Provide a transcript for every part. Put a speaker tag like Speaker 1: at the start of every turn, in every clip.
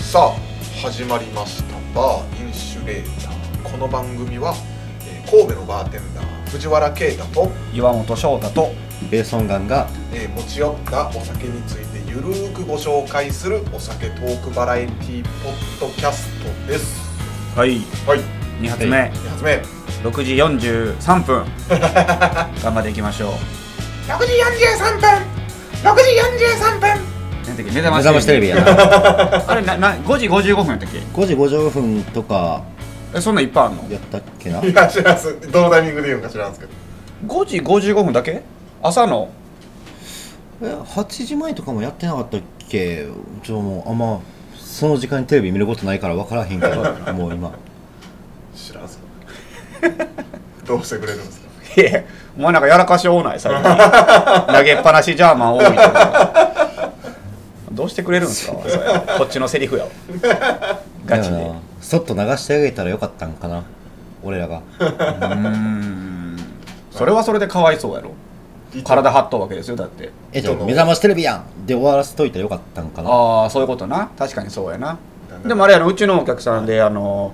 Speaker 1: さあ始まりましたバーインシュレーターこの番組は、えー神戸のバーテンダー藤原啓太と、
Speaker 2: 岩本翔太と
Speaker 3: ベーソンガンが
Speaker 1: えー持ち寄ったお酒についてゆるーくご紹介するお酒トークバラエティポッドキャストです
Speaker 2: はい
Speaker 1: はい
Speaker 2: 2発目
Speaker 1: 2発目
Speaker 2: 6時43分 頑張っていきましょう
Speaker 1: 6時43分6時43分
Speaker 2: 何だっけ目覚
Speaker 3: 目
Speaker 2: まし
Speaker 3: 覚ましテレビやな
Speaker 2: あれなな5時55分やったっけ
Speaker 3: 5時55分とか
Speaker 2: えそんなんいっぱいあんの
Speaker 3: やったっけない
Speaker 1: や知らずどのタイミングで言うのか知らんすけど
Speaker 2: 5時55分だけ朝の
Speaker 3: え8時前とかもやってなかったっけちょもうあんまその時間にテレビ見ることないから分からへんけ どもう今
Speaker 1: 知らんすよどうしてくれるんですか
Speaker 2: いやお前なんかやらかし多ない最近 投げっぱなしジャーマン多いけどどうしてくれるん ですかそれこっちのセリフやわガチで
Speaker 3: だよ
Speaker 2: う
Speaker 3: なそっと流してあげたらよかったんかな俺 らが
Speaker 2: ーんそれはそれでかわいそうやろ体張っとうわけですよだって
Speaker 3: えじゃあ目覚ましテレビやんで終わらせといたらよかったんかな
Speaker 2: ああそういうことな確かにそうやな
Speaker 1: なんだ
Speaker 2: でもあれやろうちのお客さんであの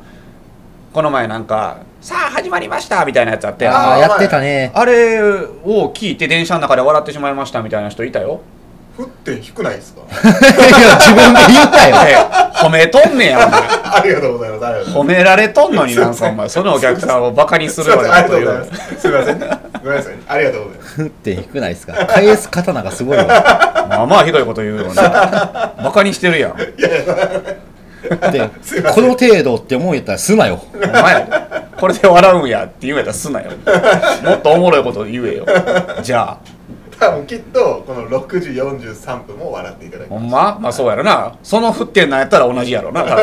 Speaker 2: この前なんか「さあ始まりました」みたいなやつあって
Speaker 3: あ
Speaker 2: あ
Speaker 3: あ
Speaker 1: ー
Speaker 3: やってたね
Speaker 2: れを聞いて電車の中で笑ってしまいましたみたいな人いたよ
Speaker 1: 振って低くないですか
Speaker 3: いや自分で言ったよ
Speaker 2: え褒めとんねやお前
Speaker 1: ありがとうございますありがとうございます
Speaker 2: 褒められとんのになんかお前そのお客さんをバカにするような こと言う
Speaker 1: すいません。ありがとうございます。すみませんね。ごめんなさいね。ありがとうございます。
Speaker 3: ふって低くないで すか返す刀がすごいわ
Speaker 2: まあまあひどいこと言うよなバカにしてるやんお
Speaker 3: で
Speaker 1: すいませ
Speaker 3: こ
Speaker 1: ん
Speaker 3: の程度って思うんやったらすなよ
Speaker 2: 前やでこれで笑うんやって言うんやったらすなよもっとおもろいこと言えよじゃあ
Speaker 1: 多分きっとこの6時43分も笑っていただき
Speaker 2: ほ
Speaker 1: ます。
Speaker 2: んままあそうやろなその振ってんなんやったら同じやろな多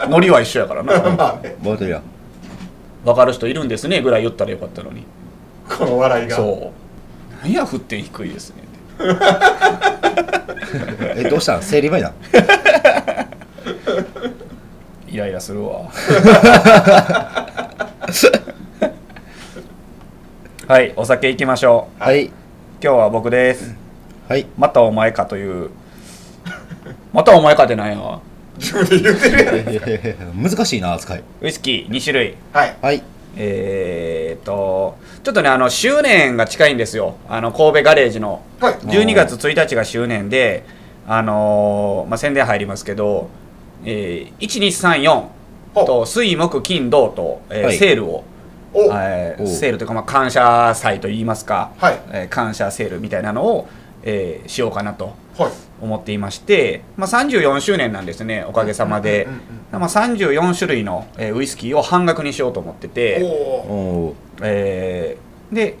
Speaker 2: 分ノリは一緒やからな
Speaker 1: まあね、
Speaker 3: ボトルや
Speaker 2: 分かる人いるんですねぐらい言ったらよかったのに
Speaker 1: この笑いが。
Speaker 2: そうなんや振ってん低いですねって
Speaker 3: えどうしたん生理前だ
Speaker 2: イライラするわはいお酒いきましょう
Speaker 3: はい
Speaker 2: 今日は僕です
Speaker 3: はい
Speaker 2: またお前かというまたお前かってなんや
Speaker 1: 自分で言ってるやん。
Speaker 3: えー難しいな扱い
Speaker 2: ウイスキー2種類
Speaker 1: はい。
Speaker 3: はい
Speaker 2: えー、っとちょっとねあの周年が近いんですよあの神戸ガレージの
Speaker 1: はい。
Speaker 2: 12月1日が周年で、あのーまあ、宣伝入りますけど、えー、1234と水木金土と、えー
Speaker 3: はい
Speaker 2: セールを、
Speaker 1: お、
Speaker 2: えー
Speaker 3: お
Speaker 2: セールというか、まあ、感謝祭といいますか、
Speaker 1: はい
Speaker 2: えー感謝セールみたいなのを、えーしようかなと
Speaker 1: はい。
Speaker 2: 思っていまして、まあ、34周年なんですねおかげさまで
Speaker 1: うんうんうん、
Speaker 2: まあ、34種類の、えーウイスキーを半額にしようと思ってて。
Speaker 1: おお。
Speaker 3: おー
Speaker 2: えーで、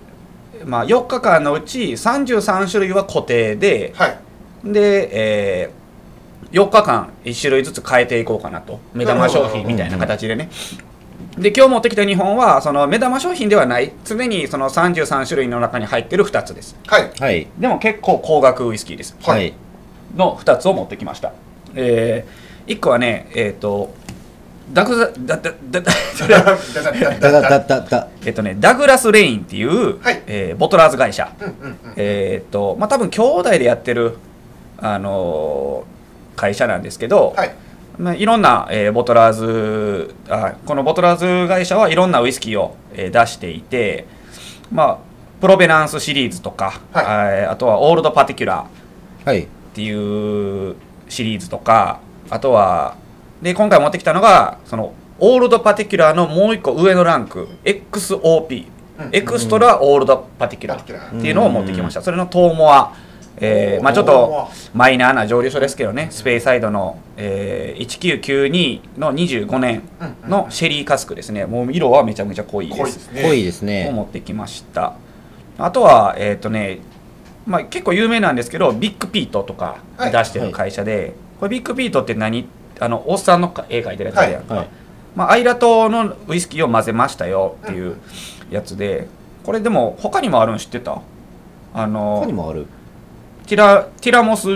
Speaker 2: まあ、4日間のうち33種類は固定で、
Speaker 1: はい。
Speaker 2: で、え4日間1種類ずつ変えていこうかなと目玉商品みたいな形でね。で今日持ってきた2本はその目玉商品ではない常にその33種類の中に入ってる2つです
Speaker 1: はい。
Speaker 3: はい
Speaker 2: でも結構高額ウイスキーです
Speaker 1: は
Speaker 3: はいい
Speaker 2: の2つを持ってきました、え1個はねえっ、とダグザダダダダ
Speaker 1: じゃじゃじゃじ
Speaker 3: だ
Speaker 1: ゃ
Speaker 3: だだだだ
Speaker 2: えっとね、ダグラス・レインっていう、
Speaker 1: はい
Speaker 2: えーボトラーズ会社、
Speaker 1: うんうんうん。
Speaker 2: えーっとまあ多分兄弟でやってる、あのー会社なんですけど、
Speaker 1: はいい。
Speaker 2: まあ、いろんな、えーボトラーズあこのボトラーズ会社はいろんなウイスキーを、えー出していて、まあ、プロベナンスシリーズとか、
Speaker 1: はい
Speaker 2: あーあとはオールド・パティキュラーっ
Speaker 3: はい
Speaker 2: ていうシリーズとかあとはで今回持ってきたのがそのオールド・パティキュラーのもう一個上のランク XOP、
Speaker 1: うん
Speaker 2: エクストラ・オールド・パティキュ
Speaker 1: ラ
Speaker 2: ラー
Speaker 1: ッキー
Speaker 2: っていうのを持ってきました、それのトーモア、えーまあ、ちょっ
Speaker 1: トーモ
Speaker 2: とマイナーな蒸留所ですけどねスペイサイドの、えー1992の25年のシェリーカスクですねもう色はめちゃめちゃ濃い
Speaker 1: 濃いで
Speaker 2: です
Speaker 1: す
Speaker 3: 濃い
Speaker 1: ね。
Speaker 3: です
Speaker 2: を
Speaker 3: ね
Speaker 2: 持ってきましたあとはえっ、とね、まあ、結構有名なんですけどビッグピートとか出してる会社で、これビッグピートって何あのおっさんの絵描いてるやつあるやんか、
Speaker 3: はい
Speaker 2: まあ、アイラ島のウイスキーを混ぜましたよっていうやつでこれでも他にもあるん知ってたあ
Speaker 3: 他に
Speaker 2: の
Speaker 3: もある
Speaker 2: ティラティラモス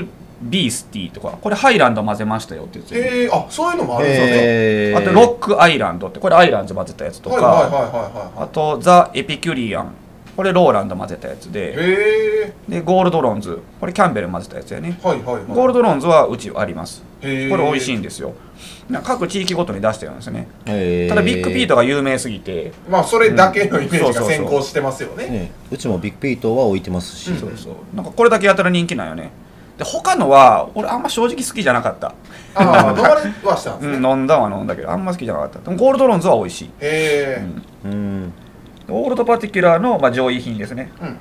Speaker 2: ビースティーとかこれハイランド混ぜましたよってやつよね
Speaker 1: ええあそういうのもあるんですよね。
Speaker 3: え
Speaker 2: あとロックアイランドってこれアイランズ混ぜたやつと
Speaker 1: はい
Speaker 2: か、
Speaker 1: はいはいはいはい。
Speaker 2: あとザ・エピキュリアンこれローランド混ぜたやつで
Speaker 1: へえ
Speaker 2: でゴールドロンズこれキャンベル混ぜたやつやね
Speaker 1: はいはいはい
Speaker 2: ゴールドロンズはうちあります
Speaker 1: へー
Speaker 2: これ美味しいんですよな各地域ごとに出してるんですね
Speaker 3: え
Speaker 2: ただビッグピートが有名すぎて
Speaker 1: まあそれだけのイメー
Speaker 2: うん
Speaker 1: ジ
Speaker 2: そう
Speaker 1: が
Speaker 2: そうそう
Speaker 1: 先行してますよね
Speaker 3: ね、うちもビッグピートは置いてますし、
Speaker 1: うん
Speaker 2: そうそうなんかこれだけやたら人気なんよねで他のは俺あんま正直好きじゃなかった、
Speaker 1: ああ飲まれはしたんです
Speaker 2: う
Speaker 1: ね、
Speaker 2: ん、
Speaker 1: へ
Speaker 2: 飲んだは飲んだけどあんま好きじゃなかったでもゴールドロンズは美味しい
Speaker 1: え、
Speaker 2: うん
Speaker 3: うん
Speaker 2: オールドパティキュラーの、まあ、上位品ですね
Speaker 1: うん、うんうん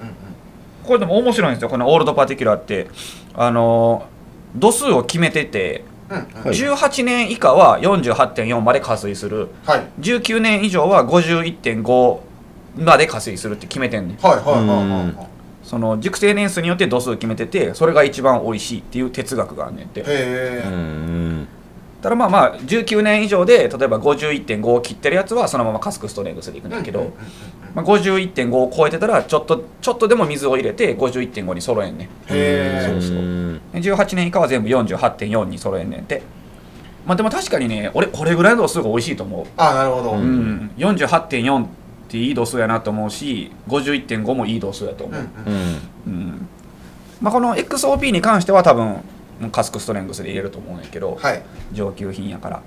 Speaker 2: これでも面白いんですよこのオールドパティキュラーってあのー度数を決めてて
Speaker 1: うんうん
Speaker 3: はい
Speaker 2: 18年以下は48.4まで加水する
Speaker 1: はいはい
Speaker 2: 19年以上は51.5まで加水するって決めてんねん
Speaker 1: はいはいはいはい
Speaker 2: その熟成年数によって度数決めててそれが一番美味しいっていう哲学があんねんて
Speaker 1: へ
Speaker 3: う
Speaker 1: え、
Speaker 3: ん
Speaker 2: ただまあまあ19年以上で例えば51.5を切ってるやつはそのままカスクストレングスでいくんだけど、
Speaker 1: うんうんうん
Speaker 2: まあ、51.5を超えてたらちょっとちょっとでも水を入れて51.5に揃えんね
Speaker 1: へ
Speaker 2: そ
Speaker 1: え
Speaker 2: うそうで18年以下は全部48.4に揃えんねんてまあでも確かにね俺これぐらいの度数が美味しいと思
Speaker 1: ああなるほど、
Speaker 3: う
Speaker 2: う、
Speaker 3: ん
Speaker 2: うん48.4っていい度数やなと思うし51.5もいい度数やと
Speaker 1: うんう
Speaker 2: 思う、うん
Speaker 1: ん
Speaker 3: うん
Speaker 2: まあ、この XOP に関しては多分カスクストレングスで入れると思うんやけど、
Speaker 1: はい
Speaker 2: 上級品やから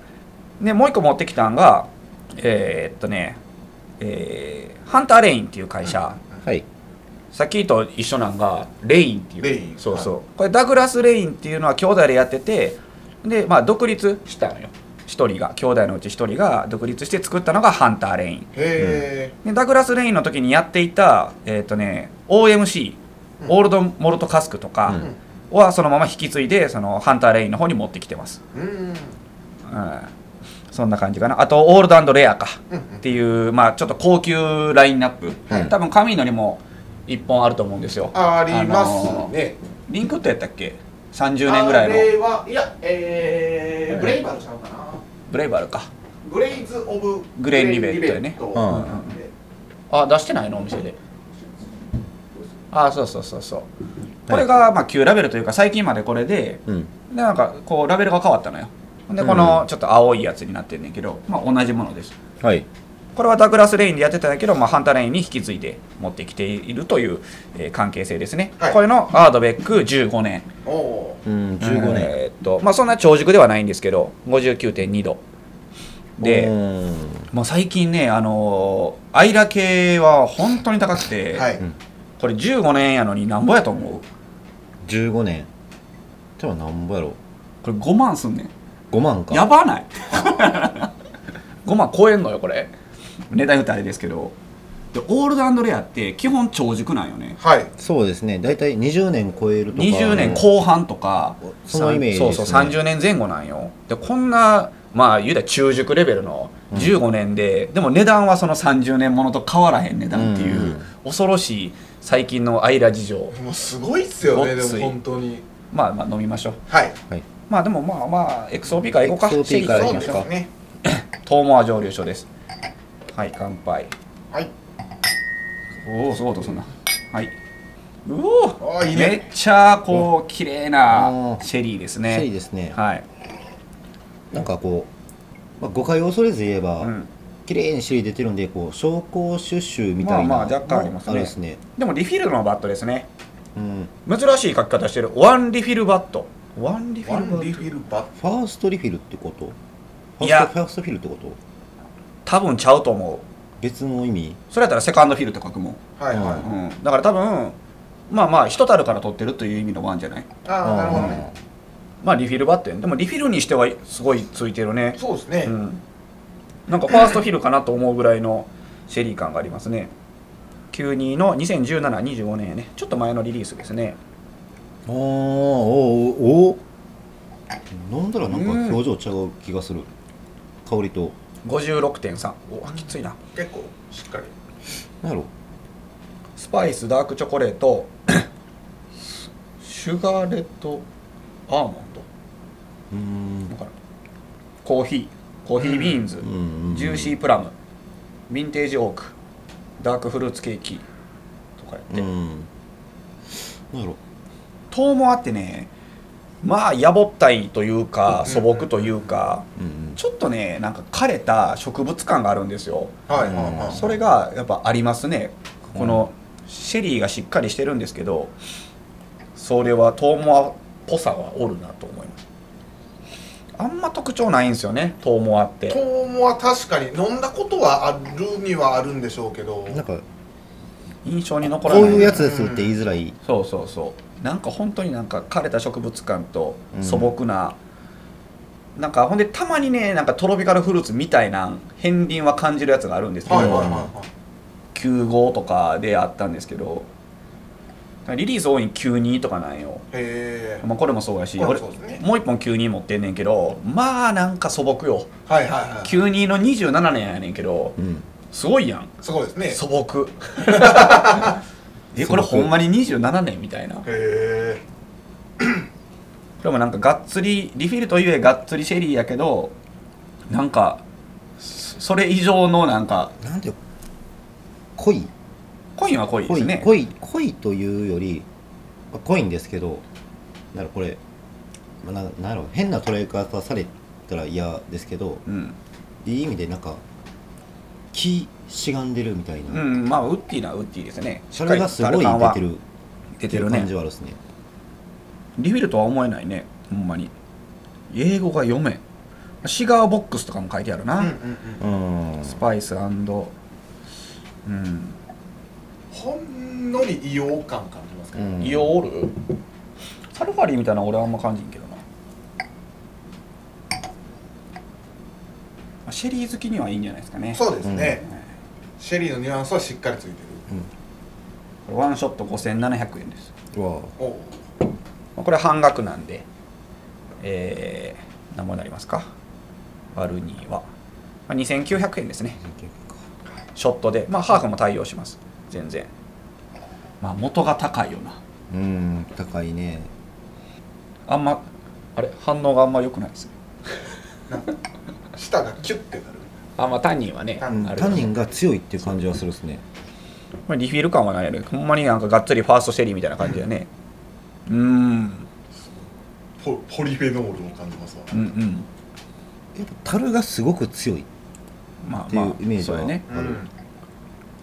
Speaker 2: でもう一個持ってきたんがえーっとねえーハンターレインっていう会社、
Speaker 3: はい
Speaker 2: さっきと一緒なんがレインっていう
Speaker 1: レイン
Speaker 2: そうそう、
Speaker 1: は
Speaker 2: これダグラス・レインっていうのは兄弟でやっててでまあ独立したのよ一人が兄弟のうち一人が独立して作ったのがハンター・レイン
Speaker 1: へえ、
Speaker 2: でダグラス・レインの時にやっていたえっ、とね OMC
Speaker 1: うん
Speaker 2: オールドモルトカスクとかはそのまま引き継いでそのハンター・レインの方に持ってきてます、
Speaker 1: うん、うん
Speaker 2: うん、そんな感じかなあとオールドレアか
Speaker 1: うん
Speaker 2: っていうまあちょっと高級ラインナップ、
Speaker 1: はい
Speaker 2: 多分カミーノにも1本あると思うんですよ
Speaker 1: あります
Speaker 2: あのー
Speaker 1: ね、
Speaker 2: リンクってやったっけ30年ぐらい
Speaker 1: あれ
Speaker 2: の
Speaker 1: はいやえー、ブレイバルちゃうかな
Speaker 2: ブレイバルか
Speaker 1: グレイズ・オブ・
Speaker 2: グレインリベット
Speaker 1: グレイ
Speaker 2: やね
Speaker 1: ンリベット
Speaker 3: うん
Speaker 1: うんうん
Speaker 2: あ出してないのお店であそうそうそうそうこれがまあ旧ラベルというか最近までこれで
Speaker 3: うん
Speaker 2: でなんかこうラベルが変わったのよでこのちょっと青いやつになってるんだけど、まあ、同じものです
Speaker 3: はい
Speaker 2: これはダグラス・レインでやってたんだけど、まあ、ハンター・レインに引き継いで持ってきているという、えー関係性ですね、
Speaker 1: はい
Speaker 2: これのアードベック15年
Speaker 1: おお
Speaker 3: うん15年
Speaker 2: えーっとまあそんな長熟ではないんですけど59.2度で
Speaker 3: うん
Speaker 2: もう最近ね、あのーアイラ系は本当に高くて、
Speaker 1: はい、
Speaker 2: これ15年やのになんぼやと思う
Speaker 3: 15年では何ぼやろ
Speaker 2: これ5万すんねん
Speaker 3: 5万か
Speaker 2: やばない 5万超えんのよこれ値段言うとあれですけどでオールドレアって基本長熟なんよね
Speaker 1: はい
Speaker 3: そうですね大体20年超えるとか
Speaker 2: 20年後半とか
Speaker 3: そのイメージ
Speaker 2: そうそう
Speaker 3: ですね
Speaker 2: 30年前後なんよでこんなまあ言うたら中熟レベルの15年で、でも値段はその30年ものと変わらへん値段っていう、
Speaker 3: うん
Speaker 2: 恐ろしい最近のアイラ事情
Speaker 1: もうすごいっすよねで
Speaker 2: ごっ
Speaker 1: も
Speaker 2: つい
Speaker 1: 本当に
Speaker 2: まあまあ飲みましょう
Speaker 1: はい
Speaker 2: まあでもまあまあ XOP からいこうか
Speaker 3: XOP
Speaker 2: シェイク
Speaker 3: から
Speaker 2: い
Speaker 1: そ
Speaker 3: 行
Speaker 1: うで
Speaker 2: きまし
Speaker 1: す
Speaker 2: ょう
Speaker 1: ね
Speaker 2: トーモア蒸留所ですはい乾杯
Speaker 1: はい
Speaker 2: おおそうとそんなはいうお
Speaker 1: あーいいね
Speaker 2: めっちゃこう綺麗な
Speaker 3: うん
Speaker 2: シェリーです
Speaker 3: シ
Speaker 2: ね
Speaker 3: ェリーですね
Speaker 2: はい、
Speaker 3: なんかこう、まあ、誤解を恐れず言えば、
Speaker 2: うん
Speaker 3: 綺麗にシェリー出てるんでこう証拠収集みたいな
Speaker 2: まあまあ若干ありますね
Speaker 3: れですね
Speaker 2: でもリフィルのバットですね
Speaker 3: うん
Speaker 2: 珍しい書き方してるワンリフィルバットワンリフィ
Speaker 1: ワ
Speaker 2: ルバ
Speaker 1: ンリ
Speaker 2: ット
Speaker 1: フィルバット
Speaker 3: ファーストリフィルってことファースト
Speaker 2: いや
Speaker 3: ファーストフィルってこと
Speaker 2: 多分ちゃうと思う
Speaker 3: 別の意味
Speaker 2: それやったらセカンドフィルって書くもん、
Speaker 1: はいはい、
Speaker 3: うん
Speaker 2: うん、だから多分まあまあ一樽から取ってるという意味のワンじゃない
Speaker 1: ああなるほどね
Speaker 2: まあリフィルバットやんでもリフィルにしてはすごいついてるね
Speaker 1: そうですね、
Speaker 2: うんなんかファーストフィルかなと思うぐらいのシェリー感がありますね92の201725年やねちょっと前のリリースですね
Speaker 3: あーおーおーおー飲んだらなんか表情違う気がする香りと
Speaker 2: 56.3おあきついな
Speaker 1: 結構しっかり
Speaker 3: なんやろ
Speaker 2: スパイスダークチョコレート シュガーレッドアーモンド
Speaker 3: うーん
Speaker 2: だからコーヒーコーヒービーンズ、
Speaker 3: うんうんうん
Speaker 2: ジューシープラムヴィンテージオークダークフルーツケーキとかやって、
Speaker 3: うんなんやろ
Speaker 2: トーモアってねまあやぼったいというか素朴というか
Speaker 3: うんうん
Speaker 2: ちょっとねなんか枯れた植物感があるんですよ
Speaker 1: はいはいはい
Speaker 2: それがやっぱありますねこのシェリーがしっかりしてるんですけどそれはトーモアっぽさはおるなと思いますあんま特徴ないんですよねトーモアって
Speaker 1: トーモは確かに飲んだことはあるにはあるんでしょうけど
Speaker 3: なんか
Speaker 2: 印象に残ら
Speaker 3: こ
Speaker 2: な
Speaker 3: う
Speaker 2: い
Speaker 3: いうやつですって言いづらい
Speaker 2: そうそうそうなんか本当になんか枯れた植物感と
Speaker 3: うん
Speaker 2: 素朴な、なんかほんでたまにねなんかトロピカルフルーツみたいな片鱗は感じるやつがあるんですけど、
Speaker 1: はいはいはいは
Speaker 2: 9号とかであったんですけどリリース多いん92とかなんよ、
Speaker 1: いへえ
Speaker 2: まあ、これもそうやし
Speaker 1: これも
Speaker 2: 俺
Speaker 1: そうですね
Speaker 2: もう一本92持ってんねんけどまあなんか素朴よ
Speaker 1: はいはいはい
Speaker 2: 92の27年やねんけど
Speaker 3: うん
Speaker 2: すごいやん
Speaker 1: すごいですね
Speaker 2: 素 朴 えこれほんまに27年みたいな
Speaker 1: へ
Speaker 2: これもなんかがっつりリフィルというえがっつりシェリーやけどなんかそそれ以上のなんか
Speaker 3: なんていう濃い
Speaker 2: コインはコインで
Speaker 3: 濃
Speaker 2: す
Speaker 3: い、
Speaker 2: ね
Speaker 3: 濃い濃いというよりまあ濃いんですけどなんかこれまあななんやろ変な捉え方されたら嫌ですけど
Speaker 2: うん、
Speaker 3: いい意味でなんか気しがんでるみたいな、
Speaker 2: うん、まあウッディなウッディですね
Speaker 3: それがすごい出てる
Speaker 2: 出
Speaker 3: って
Speaker 2: て
Speaker 3: い
Speaker 2: る
Speaker 3: う
Speaker 2: ね
Speaker 3: 感じはあるですね
Speaker 2: リフィルとは思えないねほんまに英語が読めんシガーボックスとかも書いてある
Speaker 1: え
Speaker 2: な、
Speaker 1: うんうんうん
Speaker 3: うん
Speaker 2: スパイスうん
Speaker 1: ほんのり硫黄感感じますけど、
Speaker 3: うん
Speaker 2: 硫黄おるサルファリーみたいなの俺はあんま感じんけどなまあシェリー好きにはいいんじゃないですかね
Speaker 1: そうですね、
Speaker 2: はい
Speaker 1: シェリーのニュアンスはしっかりついてる
Speaker 2: これワンショット5700円です
Speaker 3: うわ
Speaker 1: おお
Speaker 2: まあこれ半額なんでえー、何もなりますか割る2は、まあ、2900円ですねショットで、まあ、ハーフも対応します、全然。まあ、元が高いよな。
Speaker 3: うん高いね
Speaker 2: あんま、あれ、反応があんま良くないですね。
Speaker 1: 舌がキュッてなる
Speaker 2: あまあ、タンニンはね、
Speaker 1: タ
Speaker 3: う
Speaker 1: ン
Speaker 3: ん
Speaker 2: あれ
Speaker 3: タンニンが強いっていう感じはするですね
Speaker 2: まあ、リフィール感はないよね。ほんまになんかがっつりファーストシェリーみたいな感じだよね。うーん、
Speaker 1: ポポリフェノールを感じますわ、
Speaker 2: うんうん。
Speaker 3: やっぱ樽がすごく強い
Speaker 2: ま
Speaker 3: っ
Speaker 2: あ
Speaker 3: てい
Speaker 2: ま
Speaker 3: う
Speaker 2: あ、
Speaker 3: イメージは
Speaker 2: そうやね。
Speaker 1: うん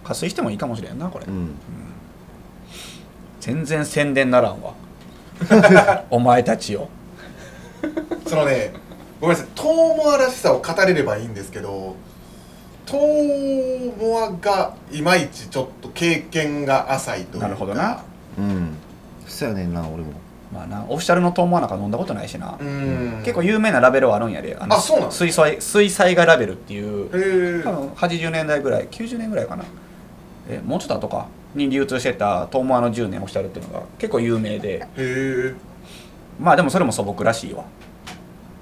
Speaker 2: 加水してもいいかもしれんな、これ。
Speaker 3: うん
Speaker 2: 全然宣伝ならん わ。お前たちよ。
Speaker 1: そのねごめんなさいトーモアらしさを語れればいいんですけどトーモアがいまいちちょっと経験が浅いというか
Speaker 2: なるほどな
Speaker 3: うんそうやねんな俺も
Speaker 2: まあな、オフィシャルのトーモアなんか飲んだことないしな。
Speaker 1: うん
Speaker 2: 結構有名なラベルはあるんやで。あ
Speaker 1: あそうなの
Speaker 2: 水彩水彩画ラベルってい
Speaker 1: へ
Speaker 2: う。
Speaker 1: え
Speaker 2: 多分80年代ぐらい90年ぐらいかなえもうちょっと後かに流通してた「トーモアの10年オフィシャル」っていうのが結構有名で
Speaker 1: へえ
Speaker 2: まあでもそれも素朴らしいわ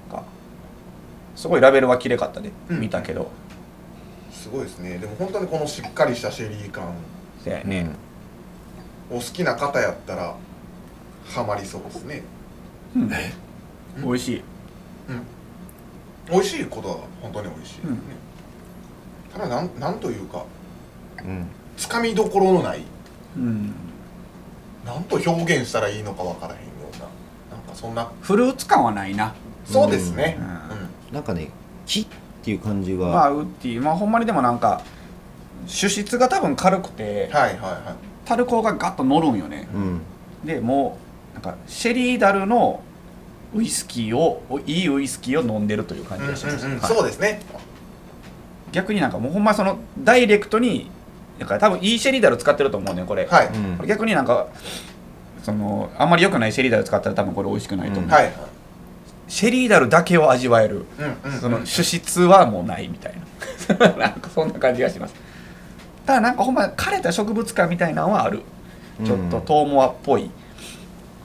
Speaker 2: なんかすごいラベルは綺麗かったで、
Speaker 1: うん
Speaker 2: 見たけど
Speaker 1: すごいですねでも本当にこのしっかりしたシェリー感
Speaker 2: せやね、
Speaker 3: ね
Speaker 1: お好きな方やったらハマりそうですね
Speaker 2: うん美味しい
Speaker 1: うん美味しいことは本当に美味しい、
Speaker 2: うん
Speaker 1: ただなんなんというか
Speaker 3: うん
Speaker 1: つかみどころのない
Speaker 2: うん
Speaker 1: なんと表現したらいいのかわからへんようななんかそんな
Speaker 2: フルーツ感はないな
Speaker 1: そうですね
Speaker 2: うん
Speaker 3: なんかね木っていう感じ
Speaker 2: ま
Speaker 3: は
Speaker 2: あウッディまあほんまにでもなんか主質が多分軽く
Speaker 1: う
Speaker 2: て
Speaker 1: んはいはいは
Speaker 2: タルコがガッと乗るんよね
Speaker 3: うん
Speaker 2: でもうなんかシェリーダルのウイスキーをおいいウイスキーを飲んでるという感
Speaker 1: い、
Speaker 2: じがします、はい
Speaker 1: そうですね
Speaker 2: 逆になんかもうほんまそのダイレクトにだから多分いいシェリーダル使ってると思うねんこれ、
Speaker 1: はい、
Speaker 3: う
Speaker 2: こ
Speaker 3: ん
Speaker 2: れ逆になんかそのあんまり良くないシェリーダル使ったら多分これ美味しくないと思う、
Speaker 3: うん
Speaker 1: はいはい
Speaker 2: シェリーダルだけを味わえる、
Speaker 1: うんうん
Speaker 2: その主質はもうないみたいな なんかそんな感じがしますただなんかほんま枯れた植物感みたいなのはあるちょっとトーモアっぽい、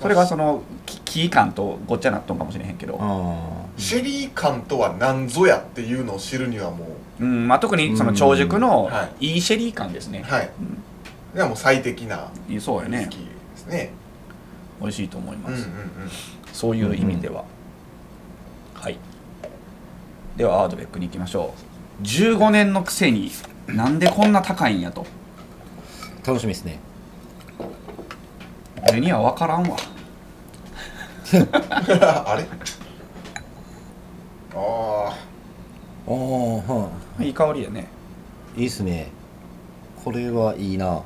Speaker 2: それがそのき木感とごっちゃなっとんかもしれへんけど、
Speaker 3: ああ
Speaker 1: シェリー感とは何ぞやっていうのを知るにはも
Speaker 2: うんまあ、特にその長熟
Speaker 1: うん
Speaker 2: の
Speaker 1: はい
Speaker 2: いいシェリー感です
Speaker 1: う
Speaker 2: ね、
Speaker 1: はい、ではもう最適な
Speaker 2: そうや
Speaker 1: ウイス
Speaker 2: ね
Speaker 1: キーですね
Speaker 2: 美味しいと思いま
Speaker 1: うんうん
Speaker 2: す、
Speaker 1: うん
Speaker 2: そういう意味では、はいではアードベックに行きましょう15年のくせになんでこんな高いんやと
Speaker 3: 楽しみですね
Speaker 2: 俺には分からんわ
Speaker 1: あれあ
Speaker 3: ああはい
Speaker 2: い香りやね
Speaker 3: いいいっすねこれはいいな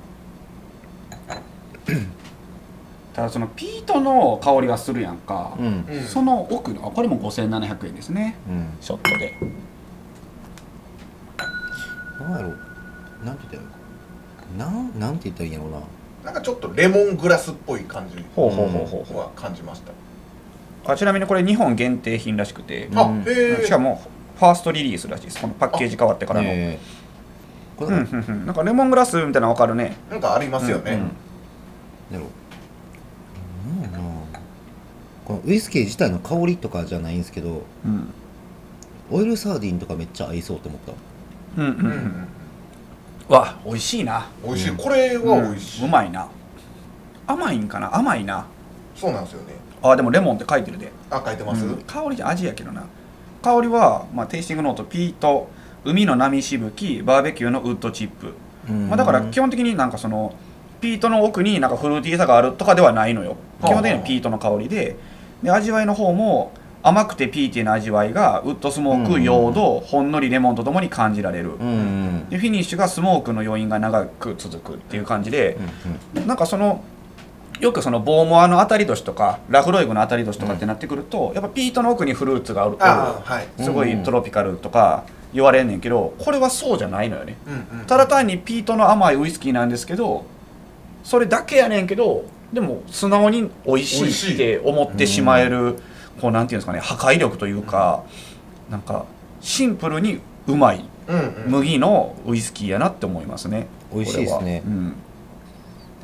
Speaker 2: ただそのピートの香りがするやんか、
Speaker 3: うん
Speaker 1: うん
Speaker 2: その奥のあこれも5700円ですね
Speaker 3: うん
Speaker 2: ショットで
Speaker 3: 何やろうなんて言ったらいいのなんなんて言ったらいいんやろうな
Speaker 1: なんかちょっとレモングラスっぽい感じ
Speaker 2: ほう
Speaker 3: う
Speaker 2: ほ
Speaker 3: ほ
Speaker 2: う
Speaker 3: う
Speaker 2: ほ
Speaker 3: ほ
Speaker 2: う
Speaker 3: う
Speaker 2: ほう
Speaker 1: は感じました、
Speaker 2: あちなみにこれ日本限定品らしくて、
Speaker 1: あ
Speaker 3: うん
Speaker 1: へえ
Speaker 2: しかもファーストリリースらしいですこのパッケージ変わってからの、
Speaker 3: えーこ
Speaker 2: う
Speaker 3: れ
Speaker 2: んう
Speaker 3: なん
Speaker 2: んうん、なんかレモングラスみたいなの分かるね
Speaker 1: なんかありますよね、
Speaker 2: うん
Speaker 3: やろうなんやろなこのウイスキー自体の香りとかじゃないんですけど
Speaker 2: うん
Speaker 3: オイルサーディンとかめっちゃ合いそうと思った
Speaker 2: うんうん
Speaker 1: うん
Speaker 2: う
Speaker 1: ん
Speaker 2: わ美味しいな
Speaker 1: 美味しい、
Speaker 3: うん
Speaker 1: これは美味しい、
Speaker 2: うんうまいな甘いんかな甘いな
Speaker 1: そうなんですよね
Speaker 2: あでもレモンって書いてるで、
Speaker 1: あ書いてます、
Speaker 2: うん香りじゃ味やけどな香りは、まあ、テイスティングノートピート海の波しぶきバーベキューのウッドチップ、まあ、だから基本的になんかそのピートの奥になんかフルーティーさがあるとかではないのよ
Speaker 1: あ
Speaker 2: 基本的にはピートの香りでで味わいの方も甘くてピーティーな味わいがウッドスモー
Speaker 3: う
Speaker 2: ク
Speaker 3: ん
Speaker 2: 用土ほんのりレモンとともに感じられる、
Speaker 3: うんうん
Speaker 2: でフィニッシュがスモークの余韻が長く続くっていう感じで、
Speaker 3: うん
Speaker 2: なんかそのよくそのボーモアの当たり年とかラフロイグの当たり年とかってなってくると、やっぱピートの奥にフルーツがある
Speaker 1: ああはい、
Speaker 2: すごいトロピカルとか言われんねんけどこれはそうじゃないのよね
Speaker 1: うんうん、
Speaker 2: ただ単にピートの甘いウイスキーなんですけどそれだけやねんけどでも素直に
Speaker 1: 美
Speaker 2: 美味
Speaker 1: 味
Speaker 2: し
Speaker 1: し
Speaker 2: い
Speaker 1: い
Speaker 2: って思ってしまえるこうなんていうんですかね破壊力というか、なんかシンプルにうまい
Speaker 1: うんうん、
Speaker 2: 麦のウイスキーやなって思いますね
Speaker 3: 美味しいですね
Speaker 2: これはうん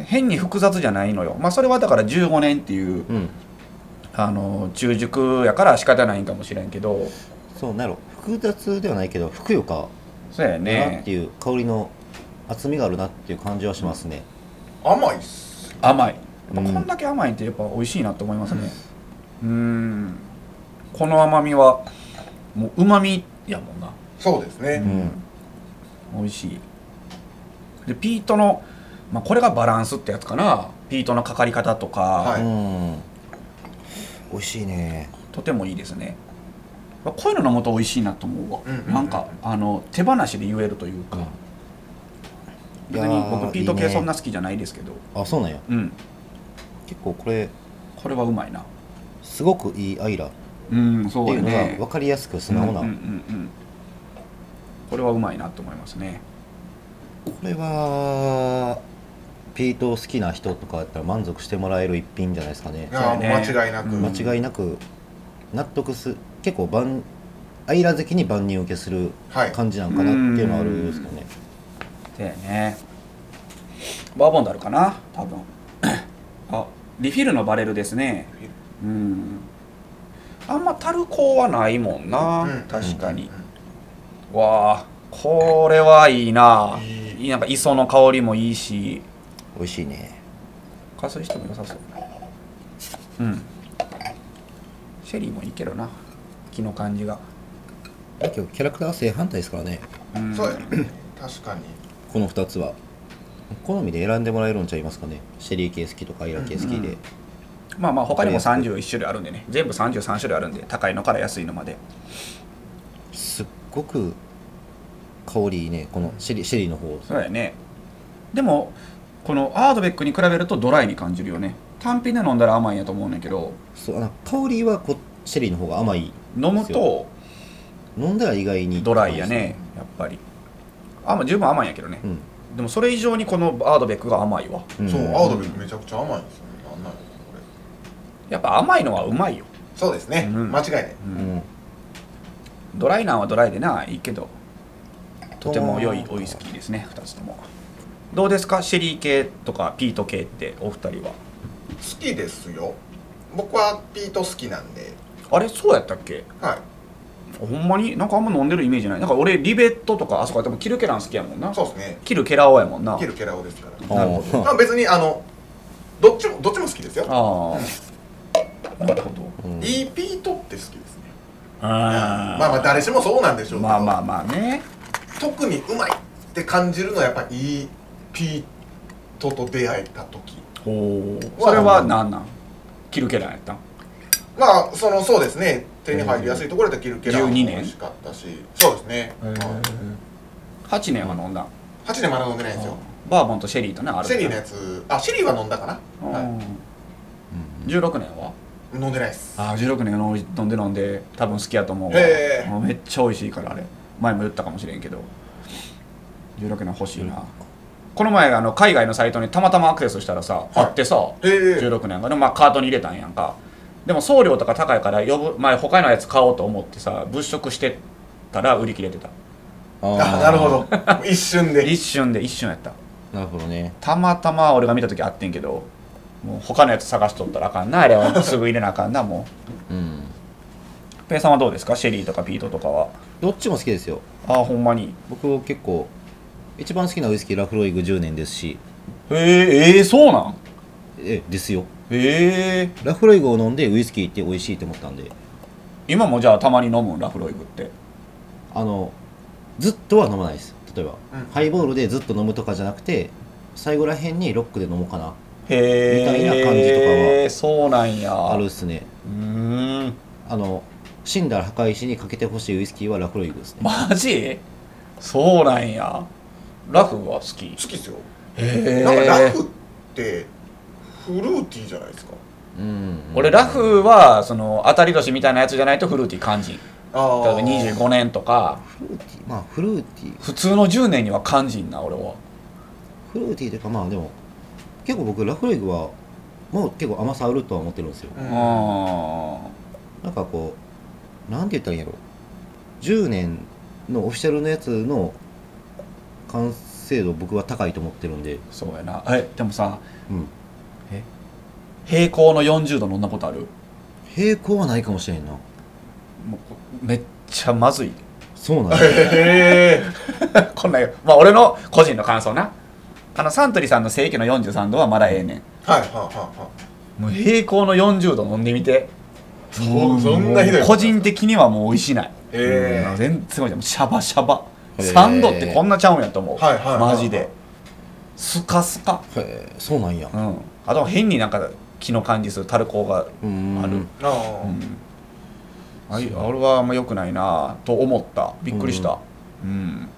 Speaker 2: 変に複雑じゃないのよまあそれはだから15年っていう
Speaker 3: うんうん
Speaker 2: あの中熟やから仕方ないんかもしれんけど
Speaker 3: そうなんやろ複雑ではないけどふくよか
Speaker 2: そうや
Speaker 3: だな
Speaker 2: ね
Speaker 3: っていう香りの厚みがあるなっていう感じはしますね
Speaker 1: 甘いっす
Speaker 2: 甘いやっ
Speaker 3: う
Speaker 2: ぱ
Speaker 3: ん
Speaker 2: こんだけ甘いってやっぱ美味しいなと思いますねうんこの甘みはもううまみやもんな
Speaker 1: そうですね、
Speaker 3: うん
Speaker 2: 美味しいでピートの、まあ、これがバランスってやつかなピートのかかり方とか、
Speaker 1: はい
Speaker 3: うん美味しいね
Speaker 2: とてもいいですねまあこういうの飲むと美味しいなと思うわ、
Speaker 1: うんうんうん
Speaker 2: なんかあの手放しで言えるというか、
Speaker 3: い
Speaker 2: 別
Speaker 3: やー
Speaker 2: に僕ピート
Speaker 3: いい
Speaker 2: 系
Speaker 3: ね
Speaker 2: そんな好きじゃないですけど
Speaker 3: あそうなんや
Speaker 2: うん
Speaker 3: 結構これ
Speaker 2: これはうまいな
Speaker 3: すごくいいアイラっ
Speaker 2: うん
Speaker 3: て
Speaker 2: そう
Speaker 3: い
Speaker 2: よ
Speaker 3: うのが
Speaker 2: ね
Speaker 3: 分かりやすく素直な、
Speaker 2: うんうんうんうんこれはうまいなと思いますね
Speaker 3: これはピート好きな人とかだったら満足してもらえる一品じゃないですかね
Speaker 1: いやー
Speaker 2: そうやね
Speaker 1: 間違いなく、
Speaker 2: うん
Speaker 3: 間違いなく納得す結構万アイラ好きに万人受けする
Speaker 1: はい
Speaker 3: 感じなんかなっていうのはあるんですけどね
Speaker 2: だよねバーボンダルかな多分 あリフィルのバレルですねうんあんま樽香はないもんな、
Speaker 1: うん
Speaker 2: 確かに
Speaker 1: うん、
Speaker 2: わあこれはいいない
Speaker 1: い
Speaker 2: いいなんか磯の香りもいいし
Speaker 3: 美味しいね
Speaker 2: 加水しても良さそううんシェリーもいいけどな木の感じが、
Speaker 3: だけどキャラクターは正反対ですからね
Speaker 2: うん、
Speaker 1: そうや ね確かに
Speaker 3: この2つは好みで選んでもらえるんちゃいますかねシェリー系好きとかアイラ系好きで、
Speaker 2: うんまあまあ他にも
Speaker 3: わかり
Speaker 2: 31種類あるんでね全部33種類あるんで高いのから安いのまです
Speaker 3: っごく香りいいねこのシェリーシェリーの方
Speaker 2: そうやねでもこのアードベックに比べるとドライに感じるよね単品で飲んだら甘いんやと思うねんだけど
Speaker 3: そうあの香りはこシェリーの方が甘い
Speaker 2: 飲むと
Speaker 3: 飲んだら意外に
Speaker 2: ドライやねやっぱりあまあ十分甘いんやけどね
Speaker 3: うん、
Speaker 2: でもそれ以上にこのアードベックが甘いわ
Speaker 3: ん
Speaker 1: そう、アウドベルめちゃくちゃ甘いんですよね。なんなんやろこれ。
Speaker 2: やっぱ甘いのはうまいよ、
Speaker 1: そうですね。
Speaker 2: うん
Speaker 1: 間違いない。
Speaker 3: うん
Speaker 2: ドライなんはドライでないいけどとても良いウイスキーですね2つともどうですかシェリー系とかピート系ってお二人は
Speaker 1: 好きですよ。僕はピート好きなんで。
Speaker 2: あれそうやったっけ
Speaker 1: は。
Speaker 2: ほんまになんかあんま飲んでるイメージないなんか俺リベットとかあそこでもキルケラン好きやもんない
Speaker 1: そうですね。
Speaker 2: キルケラオやもんな
Speaker 1: ケルケラオですから。
Speaker 2: なるほど
Speaker 1: まあ別にあのどっちもどっちも好きですよ。
Speaker 2: ああなるほど
Speaker 3: うん
Speaker 1: いいピートって好きですね。ま
Speaker 2: あ
Speaker 1: あまあ誰しもそうなんでしょうけど。
Speaker 2: まあまあまあね
Speaker 1: 特にうまいって感じるのはやっぱいいピートと出会えた時。
Speaker 2: ほうそれは何なんキルケランやったん
Speaker 1: まあそのそうですね。手に入りやすいところでケルケラオも
Speaker 2: 12
Speaker 1: 美
Speaker 2: 年
Speaker 1: 味しかったし。そうですね。はい
Speaker 2: 8年は飲んだん
Speaker 1: 8年まだ飲んでないんですよ。
Speaker 2: バーボンとシェリーとねある
Speaker 1: シェリーのやつあシェリーは飲んだかな、
Speaker 2: うん
Speaker 1: は、
Speaker 2: 16年はい
Speaker 1: 飲んでないです
Speaker 2: ああ16年の飲んで飲んで多分好きやと思うわ
Speaker 1: へえ
Speaker 2: もうめっちゃ美味しいからあれ前も言ったかもしれんけど16年欲しいなこの前あの海外のサイトにたまたまアクセスしたらさ、あってさ、
Speaker 1: へえ
Speaker 2: 16年がでもまあカートに入れたんやんかでも送料とか高いから呼ぶ、まあ、他のやつ買おうと思ってさ物色してたら売り切れてた
Speaker 1: あなるほど一瞬で
Speaker 2: 一瞬で一瞬やった
Speaker 3: なるほどね
Speaker 2: たまたま俺が見た時あってんけどもう他のやつ探しとったらあかんなあれはすぐ入れなあかんなも
Speaker 3: うん
Speaker 2: うペイさんはどうですかシェリーとかピートとかは
Speaker 3: どっちも好きですよ
Speaker 2: ああほんまに
Speaker 3: 僕結構一番好きなウイスキーラフロイグ10年ですし
Speaker 2: へええー、そうなん
Speaker 3: えですよ
Speaker 2: へえ
Speaker 3: ラフロイグを飲んでウイスキーって美味しいと思ったんで
Speaker 2: 今もじゃあたまに飲むんラフロイグって
Speaker 3: あのずっとは飲まないです例えば、
Speaker 1: うん
Speaker 3: ハイボールでずっと飲むとかじゃなくて最後らへんにロックで飲もうかな
Speaker 2: へえ
Speaker 3: みたいな感じとかは
Speaker 2: そうなんや
Speaker 3: あるっすね
Speaker 2: うーん
Speaker 3: あの死んだら墓石にかけてほしいウイスキーはラフロイグですね、
Speaker 2: マジそうなんやラフは好き
Speaker 1: 好きですよ
Speaker 2: へ
Speaker 1: なんかラフってフルーティーじゃないですか
Speaker 3: うん
Speaker 2: 俺ラフはその当たり年みたいなやつじゃないとフルーティー感じん
Speaker 1: あ
Speaker 2: 例えば25年とか
Speaker 3: フルーティーまあフルーティー
Speaker 2: 普通の10年には感じんな俺は
Speaker 3: フルーティーというかまあでも結構僕ラフロイグはもう結構甘さあるとは思ってるんですよ、
Speaker 1: う
Speaker 2: うんん
Speaker 3: なんかこうなんて言ったらいいんやろ10年のオフィシャルのやつの完成度僕は高いと思ってるんで、
Speaker 2: そうやなえでもさ
Speaker 3: うん、
Speaker 2: 平行の40度飲んだことある
Speaker 3: 平行はないかもしれんな
Speaker 2: もうこめっちゃまずい
Speaker 3: そうなんだ
Speaker 1: へえ
Speaker 2: こんなんまあ俺の個人の感想なあのサントリーさんの正規の43度はまだええね
Speaker 1: はいはいはい
Speaker 2: んもう平行の40度飲んでみて
Speaker 1: はいそそんなひどい
Speaker 2: 個人的にはもう美味しない
Speaker 1: え
Speaker 2: うん
Speaker 1: え
Speaker 2: 全然無理だもうシャバシャバ
Speaker 3: へー
Speaker 2: サンドってこんなちゃうんやと思う、
Speaker 1: はいはいはいはい
Speaker 2: マジでスカスカ
Speaker 3: へえそうなんや
Speaker 2: うんあと変になんか気の感じするタルコが
Speaker 3: うん
Speaker 2: ある
Speaker 1: あ
Speaker 2: う
Speaker 1: あ、
Speaker 2: んあい俺はあんま良くないなと思ったびっくりしたうん、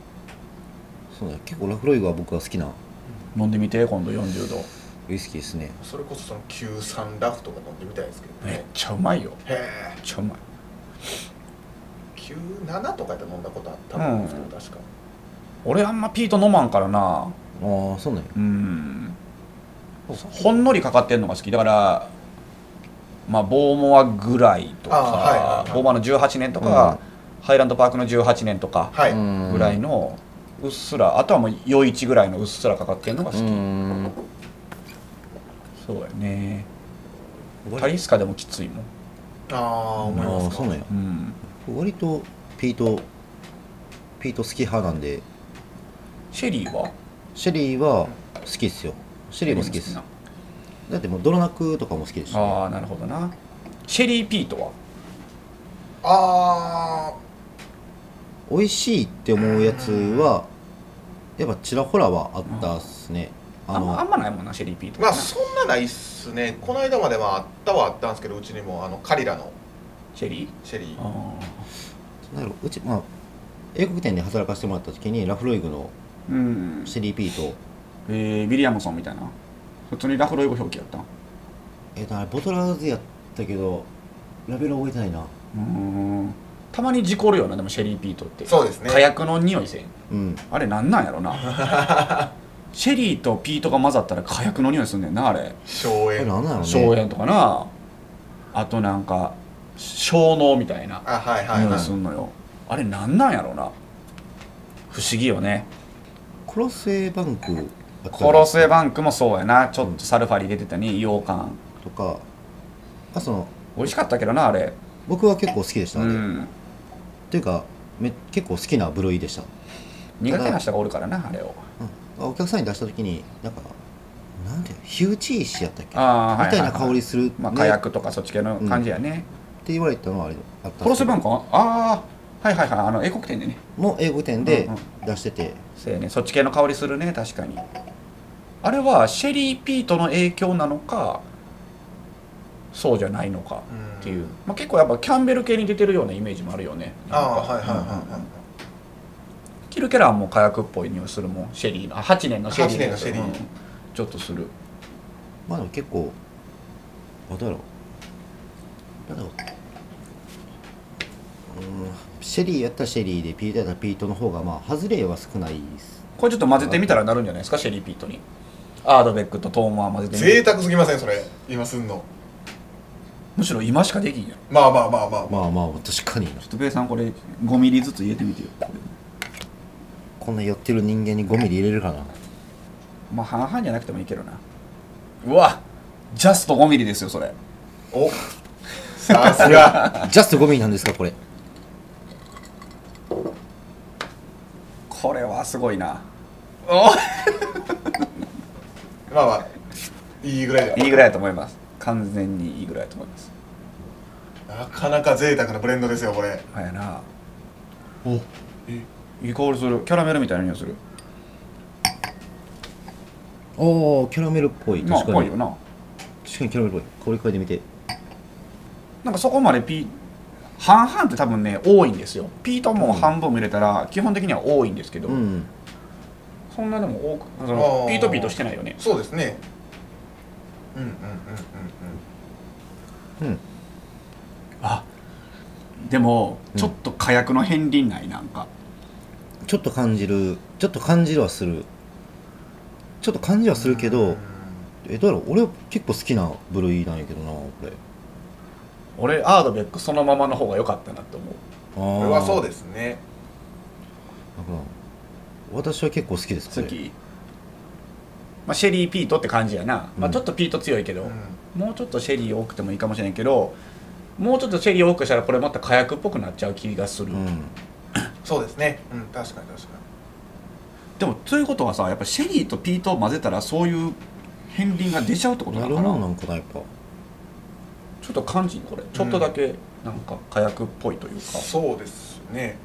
Speaker 3: そうなんや結構ラフロイグは僕は好きな
Speaker 2: 飲んでみて今度40度
Speaker 3: ウイスキーですね
Speaker 1: それこそその93ラフとか飲んでみたいですけど
Speaker 2: めっ
Speaker 1: ね
Speaker 2: ちゃうまいよ
Speaker 1: へえ
Speaker 2: めっちゃうまい
Speaker 1: 97とかで飲んだことあったもんですけど、確か
Speaker 2: 俺あんまピート飲まんからな
Speaker 3: ああそうなんや
Speaker 2: うんほんのりかかってんのが好きだからまあボーモアぐらいと
Speaker 1: あーはいはい
Speaker 2: か
Speaker 1: はい
Speaker 2: ボーモアの18年とか、ハイランドパークの18年とか
Speaker 1: はい、
Speaker 3: うん
Speaker 2: ぐらいのうっすらあとはもう余市ぐらいのうっすらかかってんのが好
Speaker 3: う
Speaker 2: き、
Speaker 3: ん
Speaker 2: そうやねタリスカでもきついもん、
Speaker 1: ああ思い
Speaker 3: あ
Speaker 1: ま
Speaker 3: あ
Speaker 1: す
Speaker 3: そ
Speaker 1: か
Speaker 3: うなんや
Speaker 2: うん、
Speaker 3: 割とピートピート好き派なんで
Speaker 2: シェリーは
Speaker 3: シェリーは好きっすよシェリーも好きです
Speaker 2: な
Speaker 3: だってもう泥ナクとかも好きですし、
Speaker 2: ああなるほどなシェリーピートは
Speaker 1: あ
Speaker 3: 美味しいって思うやつはやっぱちらほらはあったっすね
Speaker 2: あ
Speaker 3: あ
Speaker 2: ん
Speaker 3: の
Speaker 2: まあんまないもんなシェリーピー
Speaker 1: あ
Speaker 2: ト
Speaker 1: ま
Speaker 2: は
Speaker 1: あ
Speaker 2: な
Speaker 1: そんなないっすねこの間まではあったはあったんですけどうちにもあのカリラの
Speaker 2: シェリー
Speaker 1: シェリー
Speaker 2: あ
Speaker 3: なんだろううちまあ英国店で働かせてもらった時にラフロイグの
Speaker 2: ーうん
Speaker 3: シェリーピート
Speaker 2: えー、ビリアムソンみたいな普通にラフロイゴ表記やったう
Speaker 3: えっ、とあれボトラーズやったけどラベル覚えてないな
Speaker 2: ーんたまに事故るよなでもシェリーピートって
Speaker 1: そうですね
Speaker 2: 火薬の匂いせん
Speaker 3: うん
Speaker 2: あれなんなんやろな シェリーとピートが混ざったら火薬の匂いすんねんなあれ
Speaker 1: 荘
Speaker 3: あれ
Speaker 1: 園
Speaker 3: なんなの
Speaker 2: 硝
Speaker 3: ね
Speaker 2: 煙とかなあとなんか小脳みたいな
Speaker 1: あはいはい
Speaker 2: 匂
Speaker 1: はい
Speaker 2: いすんのよ、あれなんなんやろな不思議よね
Speaker 3: コロセイバンクあった
Speaker 2: コロスエバンクもそうやなちょっとサルファリ出てたね羊羹
Speaker 3: とかあその
Speaker 2: 美味しかったけどなあれ
Speaker 3: 僕は結構好きでした
Speaker 2: う
Speaker 3: あれ、
Speaker 2: ん
Speaker 3: というかめ結構好きな部類でした
Speaker 2: 苦手な人がおるからなあれを
Speaker 3: うん、お客さんに出した時になんかなんていうの火打ち石やったっけ
Speaker 2: あー
Speaker 3: みたい
Speaker 2: は
Speaker 3: な
Speaker 2: はは
Speaker 3: 香りする、ね
Speaker 2: まあ、火薬とかそっち系の感じやね、
Speaker 3: って言われたのはあれあった
Speaker 2: コロスバン
Speaker 3: ク
Speaker 2: クはああはいはいはいあの英国店でね
Speaker 3: も英語店で
Speaker 2: うん
Speaker 3: 出してて、
Speaker 2: そうやねそっち系の香りするね確かにあれはシェリーピートの影響なのかそうじゃないのかっていう、まあ、結構やっぱキャンベル系に出てるようなイメージもあるよね
Speaker 1: ああはいはいはいはい、
Speaker 2: いヒルケラーも火薬っぽい匂いするもんシェリーのあ8年のシェリー
Speaker 1: 8年のシェリー
Speaker 2: うんちょっとする
Speaker 3: まあでも結構あどうやろうなんだろううんシェリーやったらシェリーでピートやったらピートの方がまあ外れは少ないです
Speaker 2: これちょっと混ぜてみたらなるんじゃないですかシェリーピートにアードベックとトーマー混ぜてみ
Speaker 1: 贅
Speaker 2: る
Speaker 1: 沢すぎませんそれ今すんの
Speaker 2: むしろ今しかできんやんちょ
Speaker 1: まあまあまあまあ、まあ、
Speaker 3: まあまあ確かにな
Speaker 2: っとベイさんこれ5ミリずつ入れてみてよ
Speaker 3: こんな寄ってる人間に5ミリ入れるかな
Speaker 2: まあ半々じゃなくてもいいけどなうわジャスト5ミリですよそれ
Speaker 1: おさすが
Speaker 3: ジャスト5ミリなんですかこれ
Speaker 2: これはすごいなお
Speaker 1: まあまあいいぐらいだよ
Speaker 2: いいぐらいだと思います完全にいいぐらいだと思います
Speaker 1: なかなか贅沢なブレンドですよこれ
Speaker 2: はやな
Speaker 1: お
Speaker 2: いい香りするキャラメルみたいな匂いする
Speaker 3: おおキャラメルっぽい
Speaker 2: まあ
Speaker 3: 確か
Speaker 2: ぽい
Speaker 3: に
Speaker 2: よな
Speaker 3: 確かにキャラメルっぽい香り嗅いでみて
Speaker 2: なんかそこまでピ半々って多分ね多いんですよピートも半分も入れたら基本的には多いんですけど、
Speaker 3: うん
Speaker 2: そんなでも多く
Speaker 1: あ
Speaker 2: その
Speaker 1: ー
Speaker 2: ピートピートしてないよね
Speaker 1: そうですねうんうんうんうんうん
Speaker 3: うん
Speaker 2: あでも
Speaker 3: うん
Speaker 2: ちょっと火薬の片鱗ないなんか、
Speaker 3: ちょっと感じるちょっと感じるはするちょっと感じはするけ
Speaker 1: う
Speaker 3: ど
Speaker 1: ん
Speaker 3: えどうやろう俺は結構好きな部類なんやけどなこれ
Speaker 2: 俺アードベックそのままの方が良かったなって思う
Speaker 1: こ
Speaker 3: あー
Speaker 1: れはそうですね
Speaker 3: だから私は結構好きですこ
Speaker 2: 好
Speaker 3: れ
Speaker 2: き、まあ、シェリーピートって感じやな、まあ、ちょっとピート強いけど、
Speaker 1: う
Speaker 2: もうちょっとシェリー多くてもいいかもしれんけどもうちょっとシェリー多くしたらこれまた火薬っぽくなっちゃう気がする、
Speaker 3: うん
Speaker 1: そうですねうん確かに確か
Speaker 2: でもということはさやっぱシェリーとピートを混ぜたらそういう片鱗が出ちゃうってこと
Speaker 3: な
Speaker 2: な
Speaker 3: る
Speaker 2: の
Speaker 3: ほ
Speaker 2: かな
Speaker 3: どなんかなやっぱ
Speaker 2: ちょっと感じんこれちょっとだけなんか火薬っぽいというか
Speaker 1: にそうですね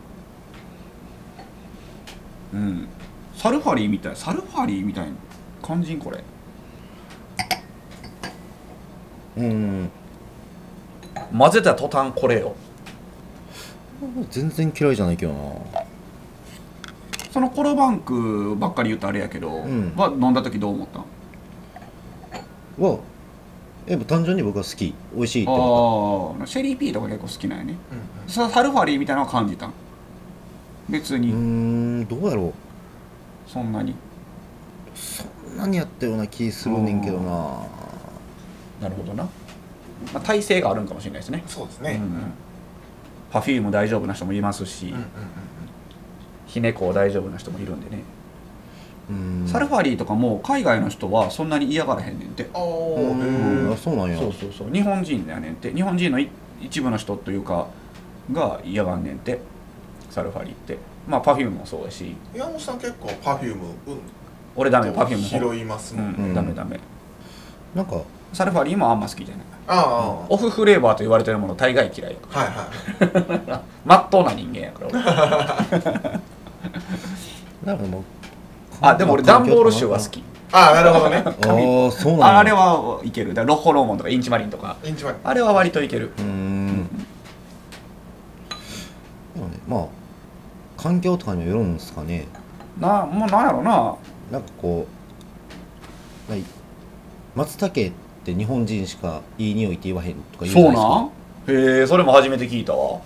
Speaker 2: うん、サルファリーみたいサルファリーみたいな感じんこれ
Speaker 3: うん
Speaker 2: 混ぜた途端これよ
Speaker 3: 全然嫌いじゃないけどな
Speaker 2: そのコロバンクばっかり言うとあれやけど、
Speaker 3: ん
Speaker 2: は飲んだ時どう思ったん
Speaker 3: はやっぱ単純に僕は好き美味しいって思っ
Speaker 2: ああシェリーピーとか結構好きなんやね
Speaker 1: うんうん
Speaker 2: さサルファリーみたいなのは感じたん別
Speaker 3: たう
Speaker 2: に、
Speaker 3: ーんどうやろう
Speaker 2: そんなに
Speaker 3: 何やったような気するねんけどな
Speaker 2: なるほどな、まあ、体勢があるんかもしれないですね
Speaker 1: そうですね
Speaker 2: うんうん、パフューム大丈夫な人もいますし、
Speaker 1: うんうんうん
Speaker 2: ひねこ大丈夫な人もいるんでね、
Speaker 3: うん
Speaker 2: サルファリーとかも海外の人はそんなに嫌がらへんねんて
Speaker 1: あ
Speaker 3: うんあ
Speaker 1: ー
Speaker 3: そうなんや
Speaker 2: そうそうそう日本人やねんて日本人のい一部の人というかが嫌がんねんてサルファリーってまあパフュームもそうやし
Speaker 1: 山本さん結構パフューム
Speaker 2: 俺ダメパフューム
Speaker 1: 拾います
Speaker 2: う
Speaker 1: もん、
Speaker 2: ん、
Speaker 3: うん
Speaker 2: ダメダメ
Speaker 3: なんか
Speaker 2: サルファリーもあんま好きじゃない
Speaker 1: あ
Speaker 2: オフフレーバーと言われてるもの大概嫌いやか
Speaker 1: あはいはい
Speaker 2: らまっとうな人間やから 俺
Speaker 3: なんかもう
Speaker 2: あでも俺ダンボール臭は好き
Speaker 1: ああなるほどね
Speaker 3: ああそうなんや
Speaker 2: ああれはいけるだからロッホローモンとかインチマリンとか
Speaker 1: インチマリ
Speaker 2: あれは割といける
Speaker 3: うーんでもねまあ環境とかにもよるんですかね
Speaker 2: なもうなんやろな
Speaker 3: なんかこうない松茸って日本人しかいい匂いって言わへんとか言うじゃない
Speaker 2: そうなんへえそれも初めて聞いたわ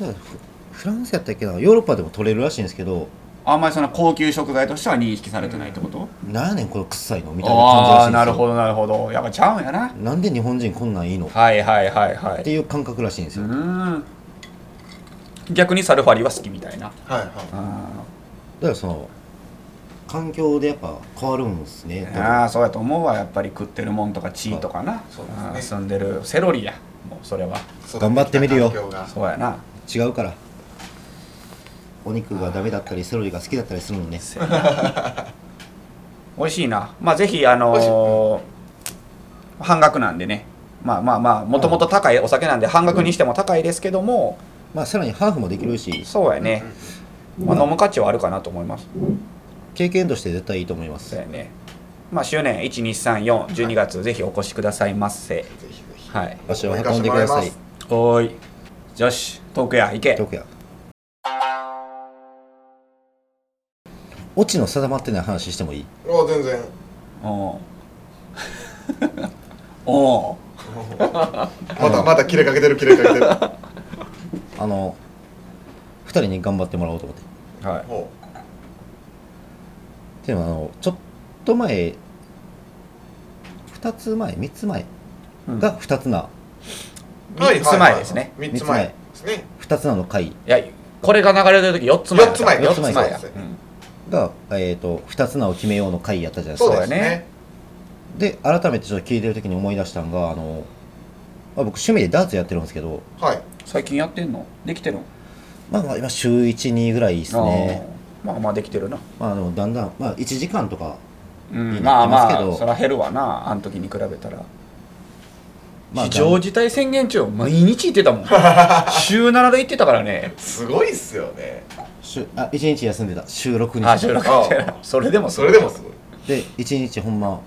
Speaker 3: ですかだからフフランスやったっけなヨーロッパでも取れるらしいんですけど
Speaker 2: あんまりその高級食材としては認識されてないってこと、
Speaker 3: 何やねんこの臭いのみたいな感じら
Speaker 2: あ
Speaker 3: しい
Speaker 2: あ
Speaker 3: んですよ
Speaker 2: なるほどなるほどやっぱちゃうんやな
Speaker 3: なんで日本人こんなんいいのっ
Speaker 2: はいはいはいは
Speaker 3: て
Speaker 2: い
Speaker 3: いう感覚らしいんです
Speaker 2: う
Speaker 3: よ、
Speaker 2: ん逆にサルファリは好きみたいな
Speaker 1: ーはいは
Speaker 2: あ
Speaker 3: だからその環境でやっぱ変わるんですね多分
Speaker 2: あーそうやと思うわやっぱり食ってるもんとか地位とかな
Speaker 1: そうですね
Speaker 2: あー住んでるセロリやもうそれはい
Speaker 3: 頑張ってみるよ
Speaker 1: 環境が
Speaker 2: そうやな
Speaker 3: 違うからお肉がダメだったりセロリが好きだったりするのね
Speaker 2: せやな美味しいなまあぜひあのー半額なんでねまあまあまあもともと高いお酒なんで半額にしても高いですけども、
Speaker 3: まあさらにハーフもできるし
Speaker 2: そうやね、まあ、飲む価値はあるかなと思います
Speaker 3: 経験として絶対いいと思います
Speaker 2: そうやねまあ周年12342月ぜひお越しくださいませ
Speaker 1: ぜひぜひ
Speaker 2: はい
Speaker 3: 足を運んでください
Speaker 2: おーいよしトークや行け
Speaker 3: どこやオチの定まってない話してもいい
Speaker 1: あ全然
Speaker 2: おうおう
Speaker 1: まだまだ切れかけてる切れかけてる
Speaker 3: あの2人に頑張ってもらおうと思って
Speaker 2: はい
Speaker 1: ほ
Speaker 3: でもあのちょっと前2つ前3つ前
Speaker 2: うん
Speaker 3: が2つな、
Speaker 1: うはい
Speaker 2: 3つ前ですね
Speaker 1: 3つ前ですね
Speaker 3: 2つなの回
Speaker 2: いやこれが流れてる時4つ前やった
Speaker 1: 四
Speaker 3: つ前
Speaker 2: 四つ前
Speaker 1: 四
Speaker 2: や
Speaker 1: つ前
Speaker 2: うん
Speaker 3: が、えー、と2つなを決めようの回やったじゃないです
Speaker 1: そう
Speaker 3: か
Speaker 1: ですね
Speaker 3: で改めてちょっと聞いてる時に思い出したのがあの、まあ、僕趣味でダーツやってるんですけど、
Speaker 1: はい
Speaker 2: 最近やってんのできてるの
Speaker 3: まあ、まあ今週12ぐらいですね
Speaker 2: あーまあまあできてるな、
Speaker 3: まあでもだんだん、まあ、1時間とか
Speaker 2: うん、ま
Speaker 3: な
Speaker 2: あ
Speaker 3: ってますけ
Speaker 2: ま
Speaker 3: ど
Speaker 2: あそら減るわなあの時に比べたら、
Speaker 3: まあ
Speaker 2: 非常事態宣言中毎日行ってたもん 週7で行ってたからね
Speaker 1: すごいっすよね
Speaker 3: しゅあ1日休んでた収録に
Speaker 2: あ収録
Speaker 1: あ
Speaker 2: みたいなそれでも
Speaker 1: それでもすごい
Speaker 3: で1日ほんま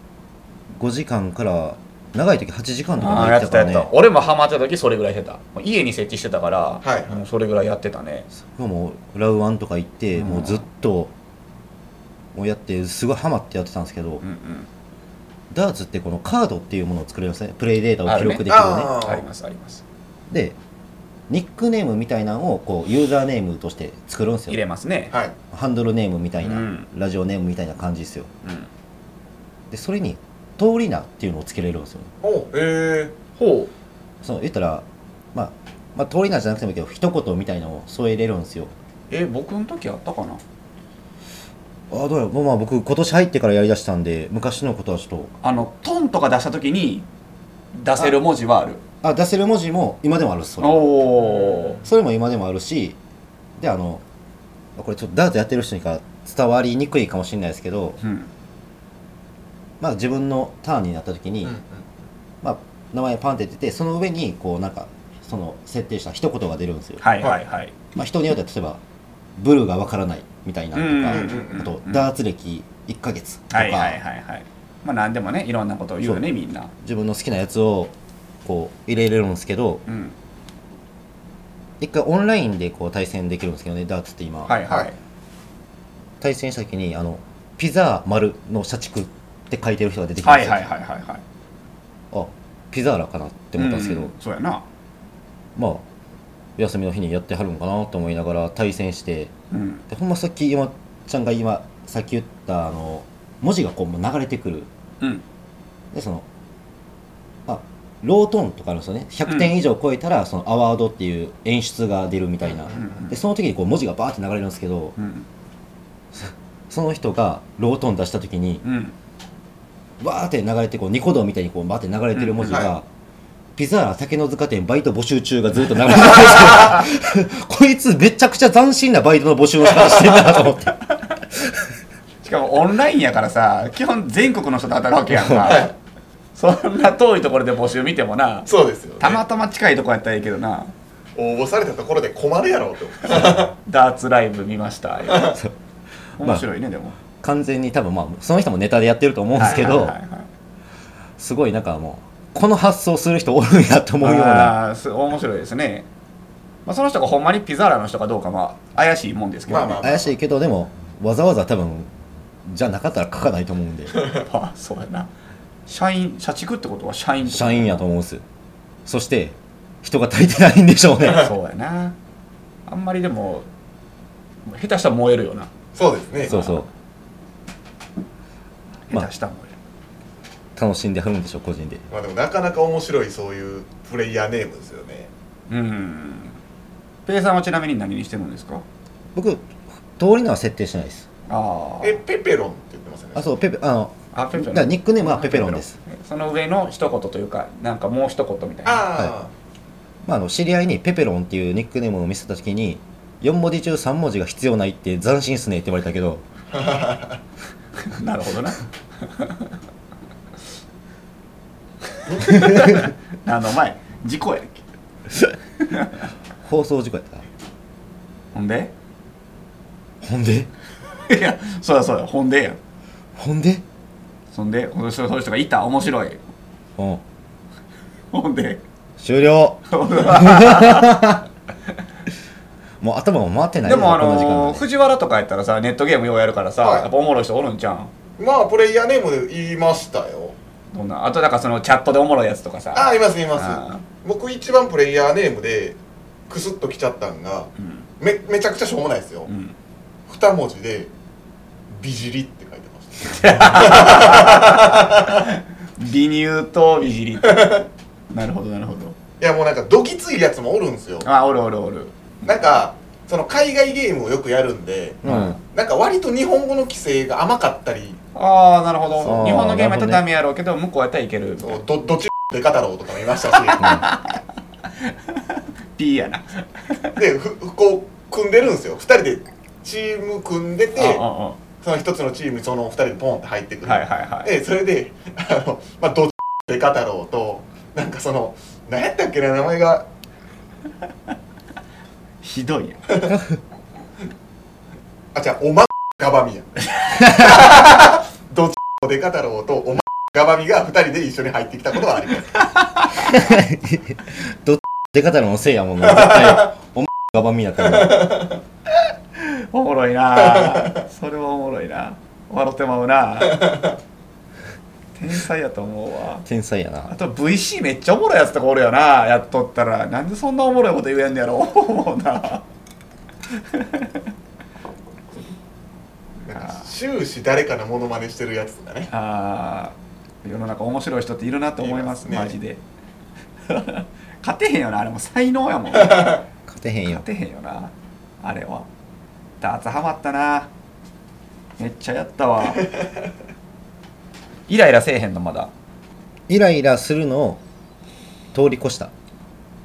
Speaker 3: 5時間から長い時8時間とか
Speaker 2: あ
Speaker 3: ま
Speaker 2: あ
Speaker 3: で
Speaker 2: や
Speaker 3: 行
Speaker 2: っ
Speaker 3: っ
Speaker 2: て
Speaker 3: てたか
Speaker 2: た
Speaker 3: ら
Speaker 2: やっ
Speaker 3: ね
Speaker 2: てた俺もハマってた時それぐらいしてた家に設置してたから、
Speaker 1: はいはい
Speaker 2: もうそれぐらいやってたね
Speaker 3: もうラウワンとか行って、
Speaker 2: うん
Speaker 3: もうずっともうやってすごいハマってやってたんですけど、
Speaker 2: うんうん
Speaker 3: ダーツってこのカードっていうものを作れますねプレイデータを記録できる
Speaker 1: あ
Speaker 3: ね
Speaker 1: るね
Speaker 2: ありますあります
Speaker 3: でニックネームみたいなのをこうユーザーネームとして作るんです
Speaker 2: 入れ
Speaker 3: よ
Speaker 2: ますね、
Speaker 1: はい
Speaker 3: ハンドルネームみたいな、
Speaker 2: うん
Speaker 3: ラジオネームみたいな感じですよ
Speaker 2: うん、
Speaker 3: でそれに通り名っていうのをつけれるんですよね
Speaker 1: おえ
Speaker 2: ほう
Speaker 3: その言ったらまあまあ通り名じゃなくてもいいけど一言みたいなのを添えれるんですよ
Speaker 2: え僕の時あったかな
Speaker 3: ああどうやろうまあ僕今年入ってからやりだしたんで昔のことはちょっと
Speaker 2: あのトンとか出した時に出せる文字はある
Speaker 3: あ出せる文字も今でもあるっすそ
Speaker 2: お
Speaker 3: れ
Speaker 2: お
Speaker 3: それも今でもあるしであのこれちょっとダーツやってる人にから伝わりにくいかもしれないですけど、
Speaker 2: ー、うん、
Speaker 3: まあ、自分のターンになった時に、
Speaker 1: ー
Speaker 3: まあ、名前パンって出てその上にこうなんかその設定した一言が出るんですよ、
Speaker 2: はいはいはい
Speaker 3: まあ、人によっては例えば「ブルーがわからない」みたいなの
Speaker 2: うん
Speaker 1: うん
Speaker 3: とか、あと
Speaker 2: う
Speaker 3: 「
Speaker 2: ん
Speaker 3: ダーツ歴1ヶ月」とか、
Speaker 2: はいはいはいはいまあ何でもねいろんなことを言うよねみんな
Speaker 3: 自分の好きなやつをこう入れれるんですけど
Speaker 2: うん
Speaker 3: 一回オンラインでこう対戦できるんですけどねダーツって今、
Speaker 2: はいはい、
Speaker 1: はい
Speaker 3: 対戦した時にあの「ピザ丸の社畜」って書いてる人が出てきた
Speaker 2: は
Speaker 3: んで
Speaker 2: い
Speaker 3: すよ、
Speaker 2: はいはいはいはいっ
Speaker 3: あピザーラかなって思ったんですけど、
Speaker 2: そうやな
Speaker 3: まあ休みの日にやってはるんかなと思いながら対戦して
Speaker 2: うん
Speaker 3: でほんまさっき今ちゃんが今さっき言ったあの文字がこうもう流れてくる
Speaker 2: うん
Speaker 3: でそのあロートーンとかあるんですよね100点以上超えたらそのアワードっていう演出が出るみたいな、
Speaker 2: うん
Speaker 3: でその時にこう文字がバーって流れるんですけど
Speaker 2: うん
Speaker 3: その人がロートーン出した時に
Speaker 2: うん
Speaker 3: バーって流れてこうニコ動みたいにこうバーって流れてる文字が、
Speaker 1: うんは
Speaker 3: ピザーラ竹の塚店バイト募集中がずっと流れてるんですけど こいつめちゃくちゃ斬新なバイトの募集の仕方してるなと思って
Speaker 2: しかもオンラインやからさ基本全国の人と当たるわけやんかそんな遠いところで募集見てもな
Speaker 1: そうですよね
Speaker 2: たまたま近いとこやったらいいけどな
Speaker 1: 応募されたところで困るやろうと
Speaker 2: ダーツライブ見ました面白いね、でも
Speaker 3: 完全に多分まあその人もネタでやってると思うんですけど、
Speaker 2: はいはいはいはい
Speaker 3: すごいなんかもうこの発想する人おるんやと思うような
Speaker 2: あーす面白いですね、まあ、その人がほんまにピザーラの人かどうかは怪しいもんですけど、ね
Speaker 1: まあま
Speaker 3: 怪しいけどでもわざわざ多分じゃなかったら書かないと思うんで
Speaker 2: あそうやな社員社畜ってことは社員ってこと
Speaker 3: 社員やと思うんですそして人が足りてないんでしょうね
Speaker 2: そうやなあんまりでも下手したら燃えるよな
Speaker 1: そうですね
Speaker 3: そうそうまあ
Speaker 2: 下手したら燃える、
Speaker 3: 楽しんではるんでしょ個人で
Speaker 1: まあでもなかなか面白いそういうプレイヤーネームですよね
Speaker 2: うんペイさんはちなみに何にしてるんですか
Speaker 3: 僕通りのは設定してないです
Speaker 2: ああ
Speaker 1: えペペロンって言ってますよね
Speaker 3: あそうペペあの
Speaker 2: あペペロ
Speaker 3: だ
Speaker 2: ン
Speaker 3: からニックネームはペペロンです
Speaker 2: ペペロンその上の一言というかなんかもう一言みたいな
Speaker 1: あ
Speaker 3: まあ、あの知り合いにペペロンっていうニックネームを見せた時に4文字中3文字が必要ないって斬新っすねって言われたけど
Speaker 2: なるほ どなあの前事故やっけ
Speaker 3: 放送事故やったな
Speaker 2: ほんで
Speaker 3: ほんで
Speaker 2: いやそうだそうだほんでやん
Speaker 3: ほんで
Speaker 2: そんでその人そういう人がいた面白い
Speaker 3: うん
Speaker 2: ほんで
Speaker 3: 終了もう頭も回ってない
Speaker 2: でもあ
Speaker 3: こんな時間
Speaker 2: の
Speaker 3: で
Speaker 2: 藤原とかやったらさネットゲームようやるからさ、
Speaker 1: はい
Speaker 2: やっぱおもろい人おるんじゃん
Speaker 1: まあプレイヤーネームで言いましたよ
Speaker 2: どんなあとだからそのチャットでおもろいやつとかさ
Speaker 1: ああいますいま
Speaker 2: あ
Speaker 1: す僕一番プレイヤーネームでクスッときちゃったんが
Speaker 2: うん
Speaker 1: めめちゃくちゃしょうもないですよ、
Speaker 2: うん
Speaker 1: 二文字で「美尻」って書いてました
Speaker 2: 美乳と美尻 なるほどなるほど
Speaker 1: いやもうなんかどぎついやつもおるんですよ
Speaker 2: あおるおるおる
Speaker 1: なんかその海外ゲームをよくやるんで
Speaker 3: うん
Speaker 1: なんか割と日本語の規制が甘かったり
Speaker 2: ああなるほ
Speaker 3: そ
Speaker 2: ど
Speaker 3: う
Speaker 2: 日本のゲームやったらダメやろうけど向こうやったらいけるみたいな
Speaker 1: そうどどっちでかたろうとかもいましたし
Speaker 2: ピーやな
Speaker 1: でふこう組んでるんですよ二人でチーム組んでて
Speaker 2: うんうんうんは
Speaker 1: その一つのチームにその二人でポンって入ってく
Speaker 2: い
Speaker 1: る、
Speaker 2: はいはい
Speaker 1: でそれであの、まあ、どっちでかたろうとなんかその何やったっけな名前が
Speaker 2: ひどいやん
Speaker 1: あ、じゃあ、おまがばみ や。どっちもでかたろうと、おまがばみが二人で一緒に入ってきたことはあります。
Speaker 3: 出方のせいや もんな絶対お前ガバミやったんだ
Speaker 2: おもろい なそれはおもろいな笑ってまうな天才やと思うわ
Speaker 3: 天才や
Speaker 2: あ
Speaker 3: な
Speaker 2: と VC めっちゃおもろいやつとかおるよなやっとったらなんでそんなおもろいこと言えんのやろ思うな
Speaker 1: なんか終始誰かのモノマネしてるやつとかね。
Speaker 2: あー世の中面白い人っているなと思います
Speaker 1: いますね
Speaker 2: マジで 勝てへんよなあれも才能やもん
Speaker 3: 勝てへんよ
Speaker 2: 勝てへんよなあれはダーツハマったなめっちゃやった わイライラせえへんのまだ
Speaker 3: イライラするのを通り越した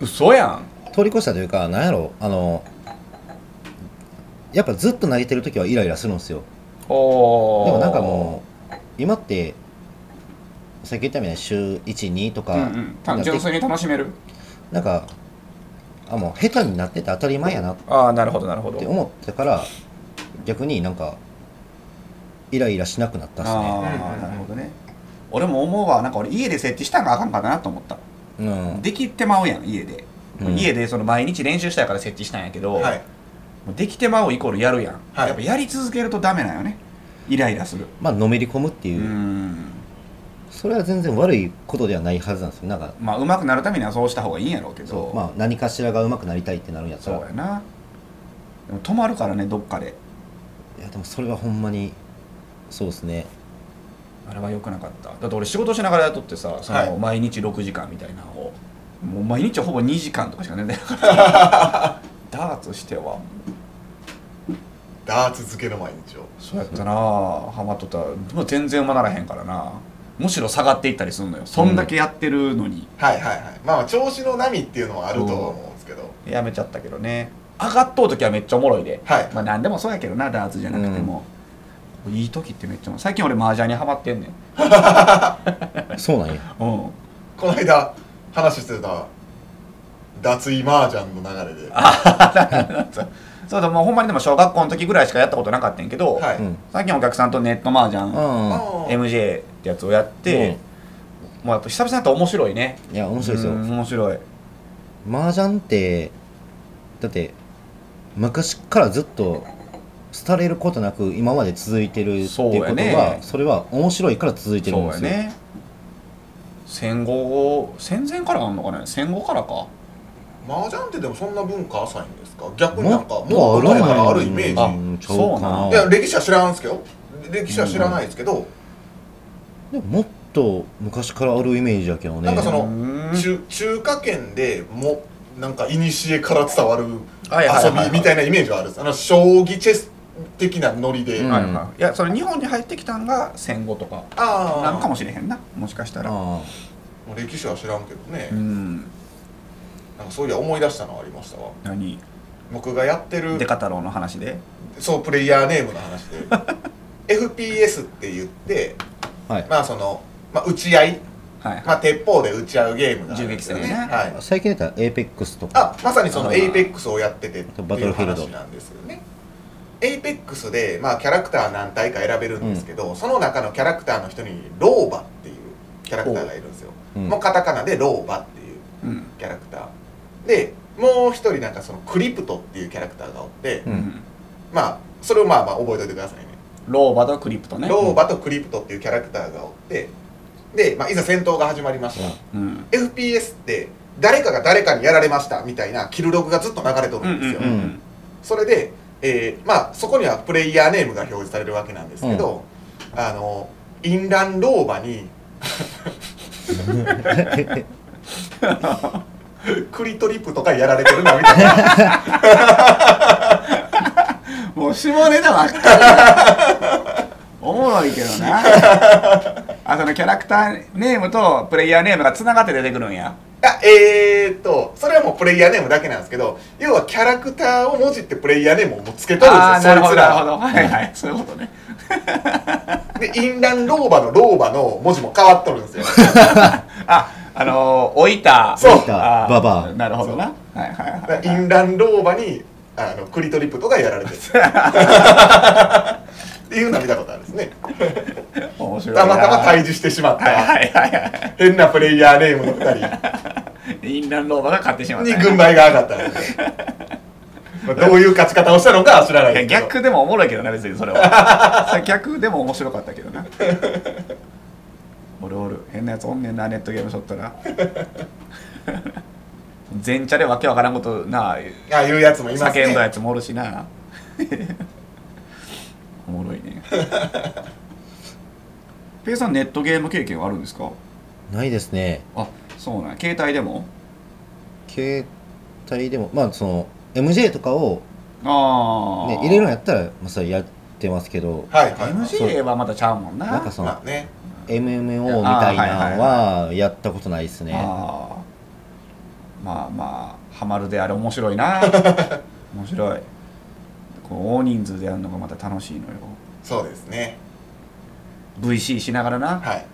Speaker 2: 嘘やん
Speaker 3: 通り越したというかなんやろあのやっぱずっと投げてる時はイライラするんですよ
Speaker 2: おー
Speaker 3: でもなんかもう今ってさっき言ったみたいに週12とか、
Speaker 2: うんうん単純粋に楽しめる
Speaker 3: なんかあもう下手になってて当たり前やなっ
Speaker 2: ああなるほどなるほど
Speaker 3: て思ったから逆になんかイライラしなくなったっすね
Speaker 2: あ
Speaker 1: う
Speaker 2: あ
Speaker 1: ん
Speaker 2: なるほどね俺も思うわなんか俺家で設置したんがあかんかったなと思った
Speaker 3: うん
Speaker 2: できてまうやん家で、
Speaker 3: うん
Speaker 2: 家でその毎日練習したいから設置したんやけど、
Speaker 1: はい。
Speaker 2: もうできてまうイコールやるやん、
Speaker 1: はい
Speaker 2: やっぱやり続けるとダメなんよねイライラする
Speaker 3: まあのめり込むって
Speaker 2: う
Speaker 3: いう、
Speaker 2: ん
Speaker 3: それは全然悪いことではないはずなんですよなんか
Speaker 2: まあ上手くなるためにはそうした方がいいんやろうけど
Speaker 3: そうまあ何かしらが上手くなりたいってなるんやった
Speaker 2: そう
Speaker 3: ら
Speaker 2: やなでも止まるからねどっかで
Speaker 3: いやでもそれはほんまにそうですね
Speaker 2: あれは良くなかっただって俺仕事しながらやっとってさそ
Speaker 1: は
Speaker 2: の
Speaker 1: い
Speaker 2: 毎日6時間みたいなのをもう毎日ほぼ2時間とかしか寝てなかったダーツしては
Speaker 1: ダーツ漬けの毎日を。
Speaker 2: そうやったなハマっとったらでも全然馬ならへんからなむしろ下がっていったりするのよそんだけやってるのに、
Speaker 1: はいはいはい。まあまあ、調子の波っていうのはあるとは思うんですけど。
Speaker 2: やめちゃったけどね上がっとう時はめっちゃおもろいで、
Speaker 1: はい
Speaker 2: まあ何でもそうやけどなダーツじゃなくても、いい時ってめっちゃおもろい最近俺麻雀にハマってんねん
Speaker 3: そうなんや
Speaker 2: うん
Speaker 1: この間、話してた、脱衣麻雀の流れで。は
Speaker 2: そうだもうほんまにでも小学校の時ぐらいしかやったことなかったんやけど、
Speaker 1: い。
Speaker 3: うん
Speaker 2: 最近お客さんとネット麻雀、
Speaker 3: うん
Speaker 2: MJ ってやつをやって、もうやっぱ久々にやったら面白いね
Speaker 3: いや面白いですよ
Speaker 2: うん面白い
Speaker 3: 麻雀ってだって昔からずっと廃れることなく今まで続いてるっていう
Speaker 2: そう
Speaker 3: こと
Speaker 2: や
Speaker 3: はそ,、
Speaker 2: ね
Speaker 3: れは面白いから続いてるん
Speaker 2: そう
Speaker 3: で
Speaker 2: や
Speaker 3: すよ、
Speaker 2: ね戦後戦前からあんのかね戦後からか
Speaker 1: 麻雀ってでもそんな文化浅いんですか逆に
Speaker 3: も
Speaker 1: なんか、
Speaker 3: っ
Speaker 1: も
Speaker 3: と
Speaker 1: う前か
Speaker 3: あ
Speaker 1: ら
Speaker 3: るの
Speaker 1: あるイメージ。
Speaker 2: あ
Speaker 3: ちゃうか
Speaker 2: そうなん
Speaker 3: ない
Speaker 1: や、歴史は知らんすけど。歴史は知らないですけど、
Speaker 3: でももっと昔からあるイメージやけどね
Speaker 1: なんかその
Speaker 2: うーん
Speaker 1: 中中華圏でもなんか古から伝わる
Speaker 2: はいはいはいはい
Speaker 1: 遊びみたいなイメージはあるんですあの将棋チェス的なノリで、
Speaker 3: うん
Speaker 1: あ
Speaker 2: はいはいいやそれ日本に入ってきたんが戦後とか
Speaker 1: あ
Speaker 2: なのかもしれへんなもしかしたら
Speaker 3: あ
Speaker 1: もう歴史は知らんけどね、
Speaker 2: うん
Speaker 1: なんかそういや思い出したのありましたわ
Speaker 2: 何
Speaker 1: 僕がやってる
Speaker 2: デカ太郎の話で
Speaker 1: そうプレイヤーネームの話で FPS って言って
Speaker 3: あはい
Speaker 1: まあその、まあ、打ち合い、
Speaker 2: はい
Speaker 1: まあ、鉄砲で打ち合うゲームがあるんですよ
Speaker 2: 銃撃戦ね
Speaker 1: はい、
Speaker 3: 最近だったらエーペックスと
Speaker 1: あ
Speaker 3: か
Speaker 1: まさにその
Speaker 2: あ
Speaker 1: エ
Speaker 2: ー
Speaker 1: イペックスをやっててって
Speaker 3: バ
Speaker 1: い
Speaker 3: ト
Speaker 1: う
Speaker 3: ルフィールド
Speaker 1: 話なんですよねエイペックスで、まあ、キャラクター何体か選べるんですけど、その中のキャラクターの一人にローバっていうキャラクターがいるんですよ、
Speaker 3: うん
Speaker 1: もうカタカナでローバっていう
Speaker 2: うん
Speaker 1: キャラクターでもう一人なんかそのクリプトっていうキャラクターがおって、
Speaker 3: う
Speaker 2: うんん
Speaker 1: まあそれをまあまあ覚えておいてくださいね
Speaker 2: ローバとクリプトね
Speaker 1: ローバとクリプトっていうキャラクターがおってで、まあ、いざ戦闘が始まりました、
Speaker 2: うん、
Speaker 1: FPS って誰かが誰かにやられましたみたいなキルログがずっと流れとるんですよ、
Speaker 3: うんうん
Speaker 1: それで、えーまあ、そこにはプレイヤーネームが表示されるわけなんですけど、あのインランローバ にクリトリプとかやられてるなみたいな
Speaker 2: もう下ネタばっかりだ おもろいけど なあそのキャラクターネームとプレイヤーネームがつながって出てくるんや
Speaker 1: あえー、っとそれはもうプレイヤーネームだけなんですけど要はキャラクターを文字ってプレイヤーネームをもうつけとるん
Speaker 2: あ
Speaker 1: です
Speaker 2: ー
Speaker 1: よ
Speaker 2: なるほ
Speaker 1: そ
Speaker 2: ど
Speaker 1: いつ
Speaker 2: なるほ
Speaker 1: ら
Speaker 2: どはいはいそういうことね
Speaker 1: でインランローバのローバの文字も変わっとるん ですよ
Speaker 2: ああのー、置いた
Speaker 1: そう
Speaker 2: 老いた
Speaker 3: ババア
Speaker 2: なるほどなはいはいはい
Speaker 1: だからインランローバにあのクリトリプとかやられてる っていうのは見たことあるんですね
Speaker 2: 面白いな
Speaker 1: たまたま対峙してしまっ
Speaker 2: はい
Speaker 1: た
Speaker 2: はいはいは
Speaker 1: 変なプレイヤーネームの2
Speaker 2: いインランドーバーが勝ってしま
Speaker 1: 人
Speaker 2: った
Speaker 1: に軍配が上がったんですよ まあどういう勝ち方をしたのかは知らない
Speaker 2: い
Speaker 1: で
Speaker 2: や
Speaker 1: すけど
Speaker 2: 逆でもおもろいけどな別にそれ はそれ逆でも面白かったけどなおるおる変なやつおんねんなネットゲームしょった ら前茶でわけわからんことな
Speaker 1: ああいうやつもいます
Speaker 2: 叫んだや
Speaker 1: ね
Speaker 2: つもおるしな おもろいねペイさんネットゲーム経験はあるんですか
Speaker 3: ないですね
Speaker 2: あそうなん携帯でも
Speaker 3: 携帯でもまあその MJ とかを、
Speaker 2: ああ、
Speaker 3: ね、入れるんやったら、まあ、それやってますけど
Speaker 1: はいはいはい
Speaker 2: MJ はまたちゃうもんな
Speaker 3: なんかその
Speaker 1: まあね
Speaker 3: MMO みたいなのはやったことないですね、
Speaker 2: あーまあまあハマるであれ面白いな面白いこう大人数でやるのがまた楽しいのよ
Speaker 1: そうですね
Speaker 2: VC しながらなあっ
Speaker 1: はい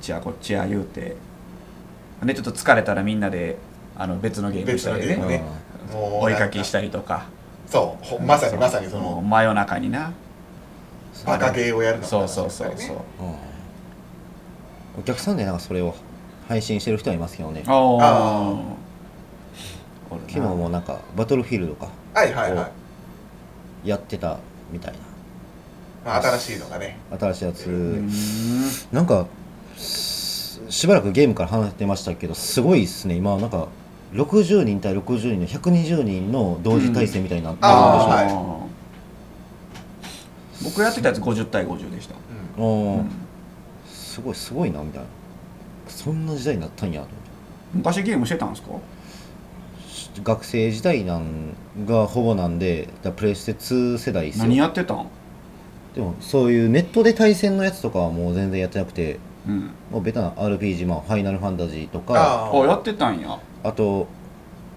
Speaker 2: ちやこっちや言うてでちょっと疲れたらみんなであの別のゲームしたり
Speaker 1: 別の
Speaker 2: ね
Speaker 1: ゲねもう
Speaker 2: 追いかけした
Speaker 1: い
Speaker 2: りとか
Speaker 1: そうほまさにまさにそ
Speaker 2: もう
Speaker 1: の
Speaker 2: 真夜中にな
Speaker 1: バカゲーをやるのか
Speaker 2: そうそうそうそう、
Speaker 3: うんお客さんでなんかそれを配信してる人はいますけどね
Speaker 2: あー
Speaker 1: あ
Speaker 2: おるな
Speaker 3: 昨日もなんかバトルフィールドか
Speaker 1: はいはいはい
Speaker 3: やってたみたい
Speaker 1: まあ新しいのがね
Speaker 3: な新しいやつ、
Speaker 2: うーん
Speaker 3: なんかすしばらくゲームから離れてましたけどすごいっすね今なんか60人対60人の120人の同時対戦みたいになってるんでし
Speaker 1: あー
Speaker 3: ょ、
Speaker 1: はい
Speaker 2: 僕やってたやつ50対50でした、
Speaker 1: うん
Speaker 3: うん
Speaker 2: うん
Speaker 3: すごいすごいなみたいなそんな時代になったんやと思って
Speaker 2: 昔ゲームしてたんですか
Speaker 3: 学生時代なんがほぼなんでだプレイステ2世代っす
Speaker 2: 何
Speaker 3: よ
Speaker 2: やってたん、
Speaker 3: でもそういうネットで対戦のやつとかはもう全然やってなくて
Speaker 2: うん、
Speaker 3: もうベタな RPG、まあ、ファイナルファンタジーとか
Speaker 1: あ
Speaker 2: あや
Speaker 1: あ
Speaker 2: ってたんや
Speaker 3: あと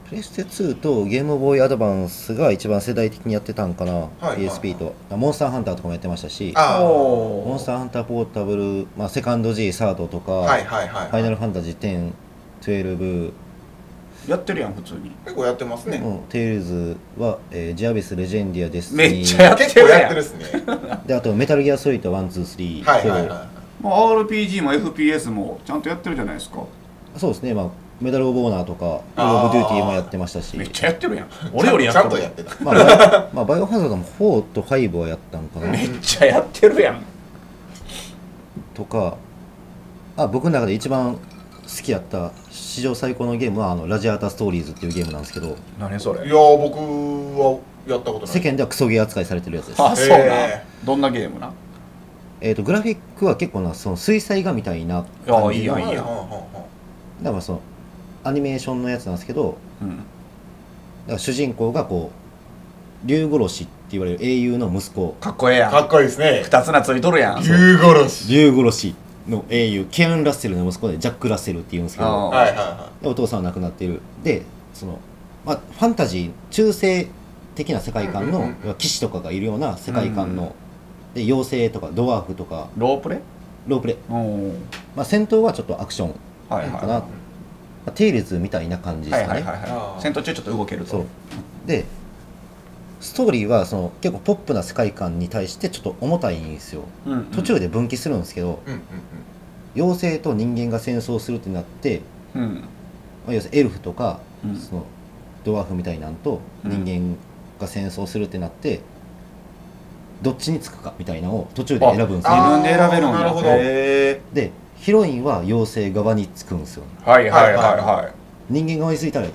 Speaker 3: プレステ2とゲームボーイアドバンスが一番世代的にやってたんかな、
Speaker 1: いはいはい
Speaker 3: PSP とモンスターハンターとかもやってましたし
Speaker 1: あー
Speaker 3: モ
Speaker 2: モ
Speaker 3: ンスターハンターポータブル、まあ、セカンド G サードとか、
Speaker 1: はいはいはい
Speaker 3: ファイナルファンタジー1012、
Speaker 2: やってるやん普通に
Speaker 1: 結構やってますね
Speaker 3: うんテイルズは、えージアビスレジェンディアです
Speaker 2: めっちゃやっ
Speaker 1: 結
Speaker 2: て
Speaker 1: 構
Speaker 2: る
Speaker 1: やっ
Speaker 2: や
Speaker 1: て
Speaker 2: ん
Speaker 1: るっすね
Speaker 3: であとメタルギアソリッド123、
Speaker 1: はいはいはい
Speaker 2: もう RPG も FPS もちゃんとやってるじゃないですか
Speaker 3: そうですね、まあ、メダル・オブ・オーナーとかロ
Speaker 1: あー
Speaker 3: ーブ・デューティーもやってましたし
Speaker 2: めっちゃやってるやん俺よりやっ
Speaker 1: ちゃ
Speaker 2: て
Speaker 1: ん
Speaker 2: る
Speaker 1: とやってた
Speaker 3: まあ、バイまあバイオハザードも4と5はやったんかな
Speaker 2: めっちゃやってるやん
Speaker 3: とかあ僕の中で一番好きやった史上最高のゲームはあのラジアータ・ストーリーズっていうゲームなんですけど
Speaker 2: 何そ
Speaker 1: い
Speaker 2: れ
Speaker 1: やー僕はやったことない
Speaker 3: 世間ではクソゲー扱いされてるやつです、
Speaker 2: あそうなん、
Speaker 1: へ
Speaker 2: どんなゲームな
Speaker 3: えー、とグラフィックは結構なその水彩画みたいな
Speaker 2: あ
Speaker 3: 感
Speaker 2: あい
Speaker 3: じ
Speaker 2: いや
Speaker 3: の
Speaker 2: んいいやん、
Speaker 3: だからそのアニメーションのやつなんですけど
Speaker 2: うん、
Speaker 3: だから主人公がこう竜殺しって言われる英雄の息子
Speaker 2: かっこええや
Speaker 1: か
Speaker 2: ん
Speaker 1: っこいいですね
Speaker 2: 二つなついとるやん
Speaker 1: 竜殺し
Speaker 3: 竜殺しの英雄ケアン・ラッセルの息子でジャック・ラッセルって言うんですけど
Speaker 2: あ
Speaker 1: はいはいは
Speaker 3: でお父さんは亡くなっているでその、まあ、ファンタジー中世的な世界観
Speaker 1: うんうん
Speaker 3: の
Speaker 1: うん
Speaker 3: 要は騎士とかがいるような世界観の、で妖精とかドワーフとか
Speaker 2: ロープレ
Speaker 3: ロープレイ、
Speaker 2: おお
Speaker 3: まあ、戦闘はちょっとアクション
Speaker 2: はいはい
Speaker 3: かな、まあ、テイルズみたいな感じで
Speaker 2: は
Speaker 3: す
Speaker 2: い
Speaker 3: か
Speaker 2: は
Speaker 3: ね、
Speaker 2: いはい
Speaker 1: あ
Speaker 2: は
Speaker 1: ー
Speaker 2: い戦闘中ちょっと動けると
Speaker 3: そうでストーリーはその結構ポップな世界観に対してちょっと重たいんですよ
Speaker 2: うんうん
Speaker 3: 途中で分岐するんですけど、
Speaker 1: うんうんうん
Speaker 3: 妖精と人間が戦争するってなって
Speaker 2: うん
Speaker 3: まあ、要するにエルフとか、
Speaker 2: うん
Speaker 3: そのドワーフみたいなんと人間が戦争するってなって、どっちにつくかみたいなのを途中で選ぶんです
Speaker 1: あ
Speaker 3: よ
Speaker 1: ー
Speaker 2: 自分で選べるんだ
Speaker 1: なるほど
Speaker 2: へ
Speaker 3: でヒロインは妖精側につくんですよ
Speaker 2: ーはいはいはいは
Speaker 3: 人間側についたら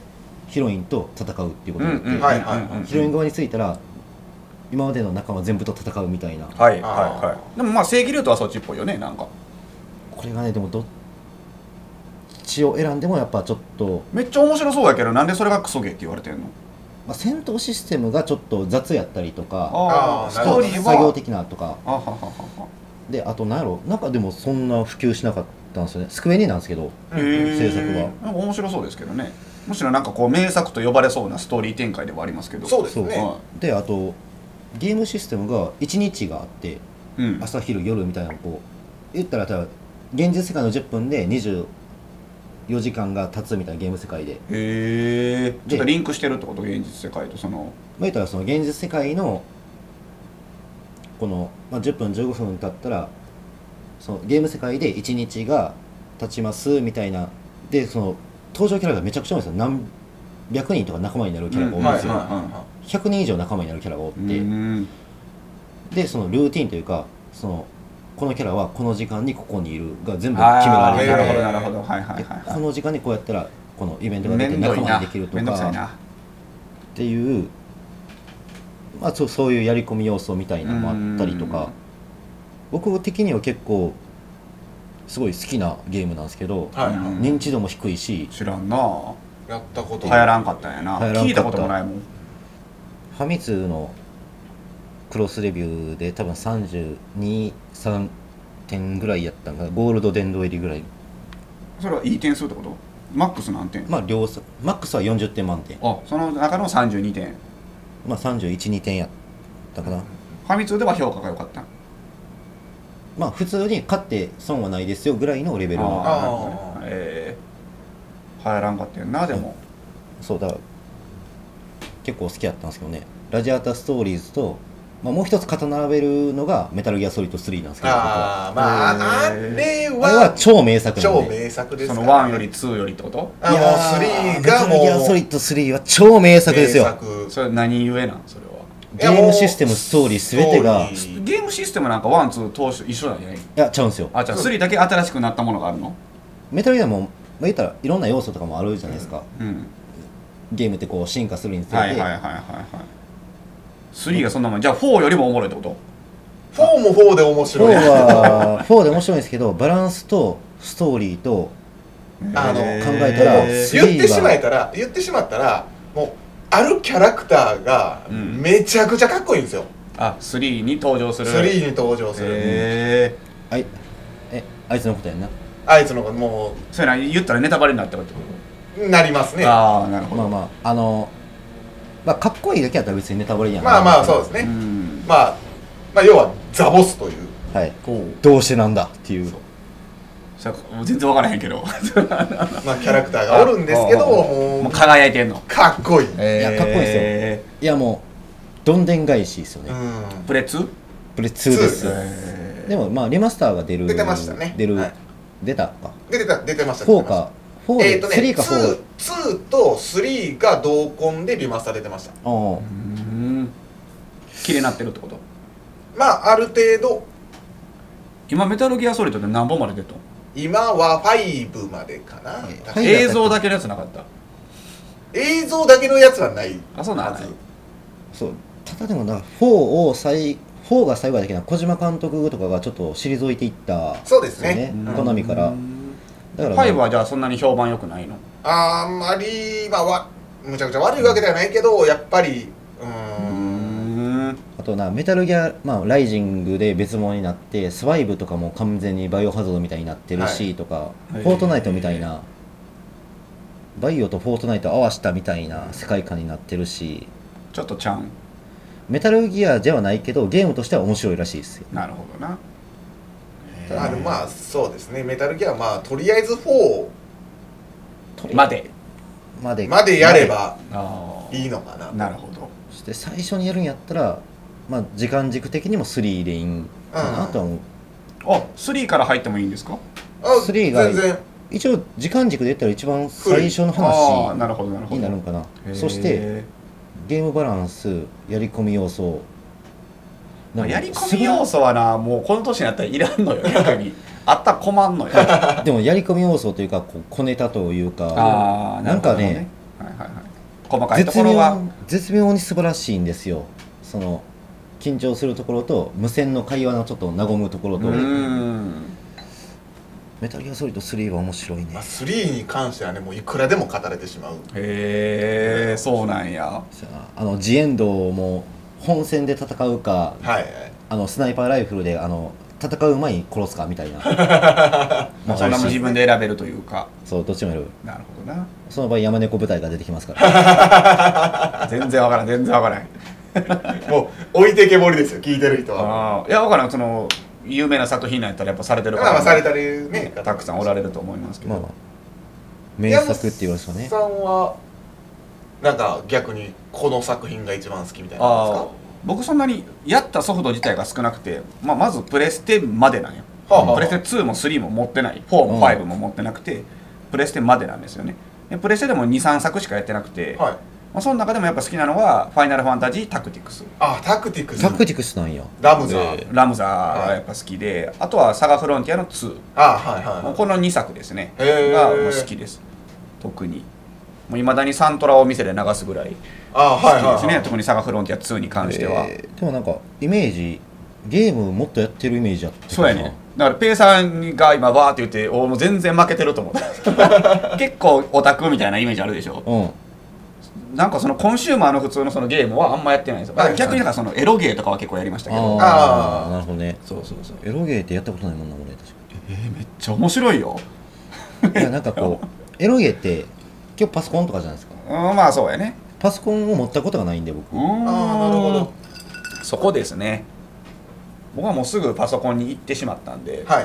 Speaker 3: ヒロインと戦うっていう
Speaker 2: い
Speaker 3: ことになって、
Speaker 1: んはいはい
Speaker 3: ヒロイン側についたら今までの仲間全部と戦うみたいな
Speaker 2: はいはい
Speaker 1: あ
Speaker 2: はいでもまあ正義ルートはそっちっぽいよねなんか
Speaker 3: これがねでもどっちを選んでもやっぱちょっと、
Speaker 2: めっちゃ面白そうやけどなんでそれがクソゲーって言われてんの
Speaker 3: まあ、戦闘システムがちょっと雑やったりとか
Speaker 1: あー
Speaker 2: ス
Speaker 1: なる
Speaker 2: ト
Speaker 1: ほ
Speaker 2: ー
Speaker 1: ど
Speaker 2: リーは
Speaker 3: 作業的なとか
Speaker 2: あはははは
Speaker 3: であと何やろなんかでもそんな普及しなかったんですよねスクエニなんですけど
Speaker 1: うんうん
Speaker 3: 制作は
Speaker 2: なんか面白そうですけどねむしろなんかこう名作と呼ばれそうなストーリー展開ではありますけど
Speaker 1: そう
Speaker 2: で
Speaker 1: ですね
Speaker 2: は
Speaker 3: であとゲームシステムが1日があって
Speaker 2: いうん、
Speaker 3: 朝昼夜みたいなのをこう言ったら多分現実世界の10分で24時間が経つみたいなゲーム世界で、
Speaker 2: へ
Speaker 3: ま
Speaker 2: えちょっとリンクしてるってこと現実世界とその
Speaker 3: あ、言ったらその現実世界のこの、まあ、10分15分経ったらそのゲーム世界で1日が経ちますみたいなでその登場キャラがめちゃくちゃ多いんですよ何百人とか仲間になるキャラが多いん
Speaker 1: はい
Speaker 3: で
Speaker 1: はい
Speaker 3: すよ、
Speaker 1: は
Speaker 3: 100人以上仲間になるキャラが多く
Speaker 2: う
Speaker 3: て、
Speaker 2: ん
Speaker 3: でそのルーティンというかそのこのキャラはこの時間にここにいるが全部決め
Speaker 2: あ
Speaker 3: ら
Speaker 2: ー
Speaker 3: れ
Speaker 2: なる
Speaker 3: る
Speaker 2: ほど
Speaker 1: え
Speaker 2: なるほどはいはい
Speaker 3: で
Speaker 2: はい
Speaker 3: この時間にこうやったらこのイベントがで
Speaker 2: め
Speaker 3: きて
Speaker 2: んどい
Speaker 3: 仲間
Speaker 2: な
Speaker 3: にできると
Speaker 2: めんどくさい
Speaker 3: か
Speaker 2: な
Speaker 3: っていう、まあ、そうそういうやり込み要素みたいなのもあったりと
Speaker 2: うん
Speaker 3: か僕的には結構すごい好きなゲームなんですけど
Speaker 1: いはい
Speaker 2: うん
Speaker 1: は
Speaker 3: 認知度も低いし
Speaker 2: 知らんなあ
Speaker 1: いやったこと
Speaker 2: 流行らんかったんやな
Speaker 3: 流行らんかった
Speaker 2: 聞いたこともないもん
Speaker 3: ファミ通のクロスレビューで多分323点ぐらいやったんかなゴールド殿堂入りぐらい
Speaker 2: それはいい点数ってことマックス何点
Speaker 3: まあ両サマックスは40点満点
Speaker 2: あその中の32点
Speaker 3: まあ312点やったかな
Speaker 2: ファミ通では評価が良かった
Speaker 3: まあ普通に勝って損はないですよぐらいのレベルの
Speaker 2: あーなるほどねええ流行らんかったよなでも
Speaker 3: そうだから結構好きやったんですけどねラジアータストーリーズと、まあ、もう一つ肩並べるのがメタルギアソリッド3なんですけど僕は
Speaker 1: ああまああ
Speaker 2: へー
Speaker 1: れ
Speaker 3: あれは
Speaker 1: は
Speaker 3: 超名作なん
Speaker 1: 超
Speaker 3: で
Speaker 1: 名作ですか
Speaker 2: その
Speaker 1: ら
Speaker 2: 1より2よりってこと
Speaker 1: あもう3が
Speaker 3: メタルギア
Speaker 1: も
Speaker 3: ソ
Speaker 1: う
Speaker 3: リッド3は超名作ですよ
Speaker 1: 名作
Speaker 2: それ何故なんそれはい
Speaker 1: や
Speaker 3: ゲー
Speaker 1: もう
Speaker 3: ムシステムストーリー全てが
Speaker 1: ストーリー
Speaker 2: ゲームシステムなんかワンツー当初一緒なんじゃない
Speaker 3: いやちゃうんですよ
Speaker 2: あじゃあ3だけ新しくなったものがあるの
Speaker 3: メタルギアも、まあ、言ったらいろんな要素とかもあるじゃないですか、
Speaker 2: うん
Speaker 3: ゲームってこう進化するにつれて、
Speaker 2: はいはいはいはいはい3がそんなもんじゃあ4よりもおもろいってこと
Speaker 1: 4も4で面
Speaker 3: 4
Speaker 1: 白い
Speaker 3: は4で面白いんですけどバランスとストーリーと
Speaker 1: あの
Speaker 2: へー
Speaker 3: 考えたら
Speaker 1: もう
Speaker 3: スリーは
Speaker 1: 言ってしまえたら言ってしまったらもうあるキャラクターが
Speaker 2: うん
Speaker 1: めちゃくちゃかっこいいんですよ、
Speaker 2: あ3に登場するへ
Speaker 1: 3に登場する、
Speaker 2: え
Speaker 3: あいえあいつのことやんな
Speaker 1: あいつの子も
Speaker 2: それな言ったらネタバレになったってこ
Speaker 1: うなります
Speaker 2: と、
Speaker 1: ね
Speaker 2: ああなるほど、
Speaker 3: まあまああのまあかっこいいだけやったら別にネタバレにはな
Speaker 1: まあまあそうですすね、
Speaker 2: うん
Speaker 1: まあまあ要はザボスという
Speaker 3: はい
Speaker 2: こう
Speaker 3: どうしてなんだっていう
Speaker 2: それ全然わからへんけど
Speaker 1: まあキャラクターがおるんですけど
Speaker 2: ああ
Speaker 1: も
Speaker 2: もう
Speaker 1: う
Speaker 2: 輝いてんの
Speaker 1: かっこいい、
Speaker 2: い
Speaker 3: やかっこいいですよいやもうどんでん返しですよね、
Speaker 1: うん
Speaker 2: プレツ
Speaker 3: これ2です
Speaker 1: ツー
Speaker 2: へ
Speaker 3: でもまあリマスターが出る
Speaker 1: 出てましたね
Speaker 3: 出る、
Speaker 1: はい
Speaker 3: 出たか
Speaker 1: 出てた出てました
Speaker 3: 4か4
Speaker 1: えっ、ー、
Speaker 3: で、
Speaker 1: とね
Speaker 3: 3か4
Speaker 1: 2, 2と3が同梱でリマスター出てました
Speaker 3: あ
Speaker 2: ーうん綺麗になってるってこと
Speaker 1: まあある程度
Speaker 2: 今メタルギアソリッドって何本まで出とん
Speaker 1: 今は5までかな、
Speaker 3: い
Speaker 1: 確か
Speaker 3: はい
Speaker 2: 映像だけのやつなかった
Speaker 1: 映像だけのやつはない
Speaker 2: あそうなん
Speaker 1: はず
Speaker 3: あそうただでもな4を最4が最後だけど小島監督とかがちょっと退いていった
Speaker 1: そうですね
Speaker 3: ですよ
Speaker 1: うん
Speaker 3: コナミからだから
Speaker 2: フ
Speaker 3: まあ
Speaker 2: ァイブはじゃあそんなに評判良くないの
Speaker 1: あんまりまあわむちゃくちゃ悪いわけではないけどやっぱりうーん
Speaker 2: ん
Speaker 3: あとなメタルギア、まあ、ライジングで別物になってスワイブとかも完全にバイオハザードみたいになってるし、
Speaker 1: は
Speaker 3: とか
Speaker 2: へ
Speaker 3: フ
Speaker 2: ー
Speaker 3: ォートナイトみたいなバイオとフォートナイトを合わせたみたいな世界観になってるし
Speaker 2: ちょっとちゃん
Speaker 3: メタルギアではないけどゲームとしては面白いらしいですよ
Speaker 2: なるほどな
Speaker 1: あのまあそうですねメタルギアはまあとりあえず4
Speaker 2: まで
Speaker 3: まで
Speaker 1: までやれば
Speaker 2: あ
Speaker 1: いいのかな
Speaker 2: なるほど
Speaker 3: そして最初にやるんやったら、まあ、時間軸的にも3でいいんかなとは思う、
Speaker 2: あ3から入ってもいいんですか
Speaker 1: あ
Speaker 3: スリーが
Speaker 1: 全然
Speaker 3: 一応時間軸で言ったら一番最初の
Speaker 2: ああ
Speaker 3: 話
Speaker 2: なるほどなるほ
Speaker 3: になる
Speaker 2: ど
Speaker 3: のかな
Speaker 2: へー
Speaker 3: そしてゲームバランスやり込み要素
Speaker 2: まあやり込み要素はなもうこの年になったらいらんのよ逆にあったら困んの よ
Speaker 3: 素でもやり込み要素というかこう小ネタというか
Speaker 2: ああ
Speaker 3: なんかね
Speaker 2: はいはいはい細かいと
Speaker 3: 絶
Speaker 2: ころは
Speaker 3: 妙絶妙に素晴らしいんですよその緊張するところと無線の会話のちょっと和むところ
Speaker 2: う
Speaker 3: と
Speaker 2: ーん
Speaker 3: メタルギアソリッド3は面白いね
Speaker 1: まあ、3に関してはねもういくらでも語れてしまう
Speaker 2: へえそうなんや
Speaker 3: さああのジエンドも本戦で戦うか
Speaker 1: はいはい
Speaker 3: あのスナイパーライフルであの戦う前に殺すかみたいな まあ
Speaker 2: そんなも
Speaker 3: ある
Speaker 2: 自
Speaker 3: し
Speaker 2: 分で選べるというか
Speaker 3: そうどっちもやる
Speaker 2: なるほどな
Speaker 3: その場合山猫部隊が出てきますか ら
Speaker 2: 全然わからん全然わからん
Speaker 1: もう置いてけぼりですよ聞いてる人は
Speaker 2: ああいやわからんその有名な作品なんやったらやっぱされてる
Speaker 1: ま
Speaker 2: 方
Speaker 1: あまあ
Speaker 2: も
Speaker 1: されたりね
Speaker 2: たくさんおられると思いますけど、
Speaker 3: まあまあ名作って言われますよね
Speaker 1: 宮本さんはなんか逆にこの作品が一番好きみたいなんです
Speaker 2: ああ僕そんなにやったソフト自体が少なくて、まあ、まずプレステまでなんよ、
Speaker 1: か、はあはあ
Speaker 2: プレステ2も3も持ってない4も5も持ってなくて、プレステまでなんですよねでプレステでも23作しかやってなくて、
Speaker 1: はい、
Speaker 2: まあ、その中でもやっぱ好きなのは「ファイナルファンタジータクティクス」
Speaker 1: あタクティクス
Speaker 3: タクティクスなんや
Speaker 1: ラムザー、
Speaker 3: で
Speaker 2: ラムザーがやっぱ好きで、あとは「サガフロンティアの2」
Speaker 1: あはいはい
Speaker 2: もう
Speaker 1: はい
Speaker 2: この2作ですね
Speaker 1: へー
Speaker 2: がもう好きです特にいまだにサントラを店で流すぐらい
Speaker 1: あ
Speaker 2: 好
Speaker 1: はい
Speaker 2: き
Speaker 1: はい、
Speaker 2: ですね、
Speaker 1: はい
Speaker 2: 特に「サガフロンティア2」に関しては、
Speaker 3: えーでもなんかイメージゲームもっとやってるイメージやったけど
Speaker 2: そうやねだからペイさんが今わーって言っておもう全然負けてると思った 結構オタクみたいなイメージあるでしょ
Speaker 3: うん
Speaker 2: なんかそのコンシューマーの普通のそのゲームはあんまやってないんですよだから逆にだからそのエロゲーとかは結構やりましたけど
Speaker 3: あ
Speaker 1: あ
Speaker 3: あ
Speaker 1: ー
Speaker 3: なるほどね
Speaker 2: そうそうそう
Speaker 3: エロゲーってやったことないもんな俺確か
Speaker 2: えーめっちゃ面白いよ
Speaker 3: にいやなんかこう エロゲーって今日パソコンとかじゃないですか
Speaker 2: うんまあそうやね
Speaker 3: パソコンを持ったことがないんで僕
Speaker 2: うーん
Speaker 1: ああなるほど
Speaker 2: そこですね僕はもうすぐパソコンに行ってしまったんで、
Speaker 1: はいは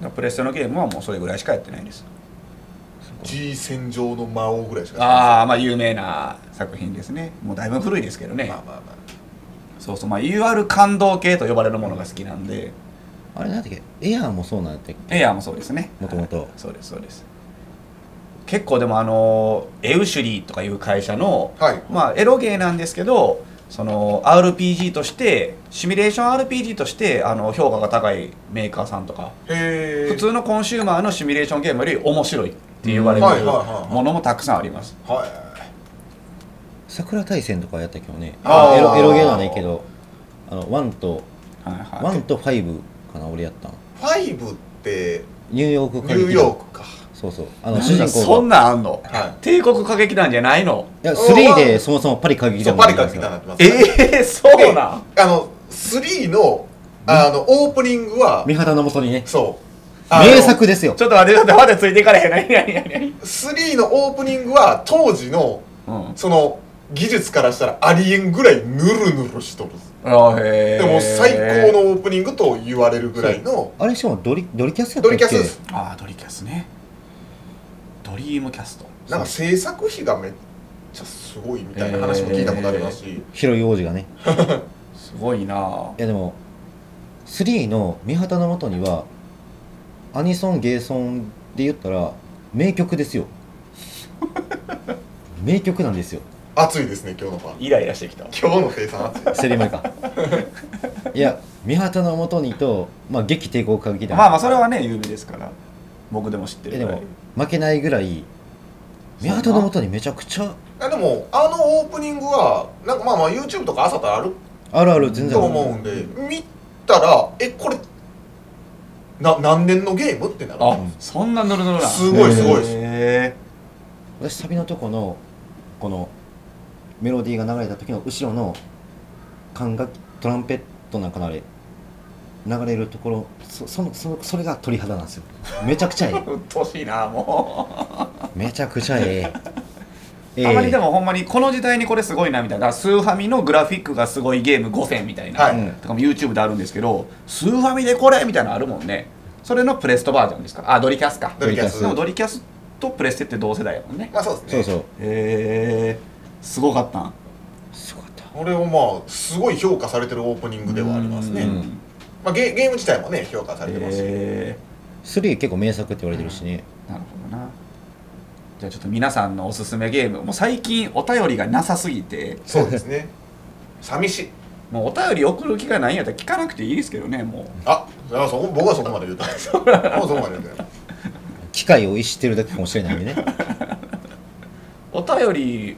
Speaker 1: いは
Speaker 2: プレステのゲームはもうそれぐらいしかやってないです
Speaker 1: い G 戦場の魔王ぐらいしか
Speaker 2: ああまあ有名な作品ですねもうだいぶ古いですけどね、
Speaker 1: まあまあま
Speaker 2: そうそうまあ UR 感動系と呼ばれるものが好きなんで、
Speaker 3: あれなんだっけエアーもそうなんだっけ
Speaker 2: エアーもそうですね
Speaker 3: もともと
Speaker 2: そうですそうです結構でもあのエウシュリーとかいう会社の、
Speaker 1: あはい
Speaker 2: まあ、エロゲーなんですけどその RPG としてシミュレーション RPG としてあの評価が高いメーカーさんとか
Speaker 1: へえ
Speaker 2: 普通のコンシューマーのシミュレーションゲームより面白いって言われ
Speaker 1: はい
Speaker 2: る
Speaker 1: はいはいはい
Speaker 2: ものもたくさんあります
Speaker 1: はい
Speaker 3: 桜大戦とかやったけどね
Speaker 1: あー
Speaker 3: エロエロゲーはないけどあの1と
Speaker 2: はいはい
Speaker 3: 1と5かな俺やったの
Speaker 1: ファイブって
Speaker 3: ニューヨー
Speaker 1: ニ
Speaker 3: ク
Speaker 1: ューヨークか
Speaker 3: そうそうあの
Speaker 2: 何
Speaker 3: 主人
Speaker 2: そ
Speaker 3: 公
Speaker 2: ん
Speaker 3: が
Speaker 2: なんあんの
Speaker 1: はい
Speaker 2: 帝国歌劇団じゃないの
Speaker 3: いや3でそもそもパリ歌劇
Speaker 1: そ
Speaker 3: 団
Speaker 1: う
Speaker 3: も
Speaker 1: パ
Speaker 3: ある
Speaker 1: リ
Speaker 3: じ
Speaker 1: か
Speaker 3: ゃない
Speaker 1: みた
Speaker 3: で
Speaker 1: い
Speaker 3: す
Speaker 1: な
Speaker 3: か
Speaker 1: なってます
Speaker 2: えー、そうなん
Speaker 1: あの3のあのオープニングは
Speaker 3: 三肌のもとにね
Speaker 1: そうあの
Speaker 3: 名作ですよ
Speaker 2: ちょっと待ってちょっと待ってついていかれへん何何何何
Speaker 1: 3のオープニングは当時の
Speaker 2: うん
Speaker 1: その技術からしたらありえんぐらいヌルヌルしとる
Speaker 2: あへえ
Speaker 1: でも最高のオープニングと言われるぐらいの
Speaker 3: あれしかもドリドリキャスやった
Speaker 1: ド
Speaker 3: っけ
Speaker 1: リキャスです
Speaker 2: ああドリキャスねドリームキャスト
Speaker 1: なんか制作費がめっちゃすごいみたいな話も聞いたことありますし
Speaker 3: 広い王子がね
Speaker 2: すごいなあ
Speaker 3: いやでも3の「三旗のもと」にはアニソンゲーソンで言ったら名曲で すよ名曲なんですよ
Speaker 1: 熱いですね今日のファン
Speaker 2: イライラしてきた
Speaker 1: 今日の生産熱い
Speaker 3: セリマかいや三旗のもとにと、まあ、劇帝国歌劇団、
Speaker 2: まあまあそれはね有名ですから僕でも知って
Speaker 3: え
Speaker 2: る
Speaker 3: で
Speaker 2: ぐらい
Speaker 3: も負けないぐらい三旗のもとにめちゃくちゃ
Speaker 1: あでもあのオープニングはなんかまあまあ YouTube とか朝からある
Speaker 3: あるある全
Speaker 1: と
Speaker 3: 然ある
Speaker 1: 思うんで見たらえこれな何年のゲームってなる
Speaker 2: あそんなノルノルなん
Speaker 1: すごいすごいです
Speaker 2: へ
Speaker 3: 私サビのとこのこのメロディーが流れた時の後ろの管楽器トランペットなんかのあれ流れるところそそのそのそれが鳥肌なんですよめちゃくちゃえ
Speaker 2: えうっとうしいなもう
Speaker 3: えめちゃくちゃええええ
Speaker 2: たまにでもほんまにこの時代にこれすごいなみたいなだからスーファミのグラフィックがすごいゲーム5選みたいな、
Speaker 1: はい
Speaker 2: とかも YouTube であるんですけどスーファミでこれみたいなのあるもんねそれのプレストバージョンですかあドリキャスか
Speaker 1: ドリキャス
Speaker 2: でもドリキャスとプレステって同世代やもんね
Speaker 1: まあそうです
Speaker 3: そ
Speaker 1: ね
Speaker 3: うそう
Speaker 2: へえすごかったん
Speaker 3: すごかった
Speaker 1: これをまあすごい評価されてるオープニングではありますね
Speaker 2: うん
Speaker 1: まあ、ゲゲーム自体もね評価されてますし、
Speaker 2: へ
Speaker 3: 3結構名作って言われてるしね、
Speaker 2: ーなるほどなじゃあちょっと皆さんのおすすめゲームもう最近お便りがなさすぎて
Speaker 1: そうですね寂しい
Speaker 2: もうお便り送る気がないんやったら聞かなくていいですけどねも
Speaker 1: あいやそこ僕はそこまで言う た僕はそこまで言うた
Speaker 3: 機械を逸してるだけかもしれないんでね
Speaker 2: うお便り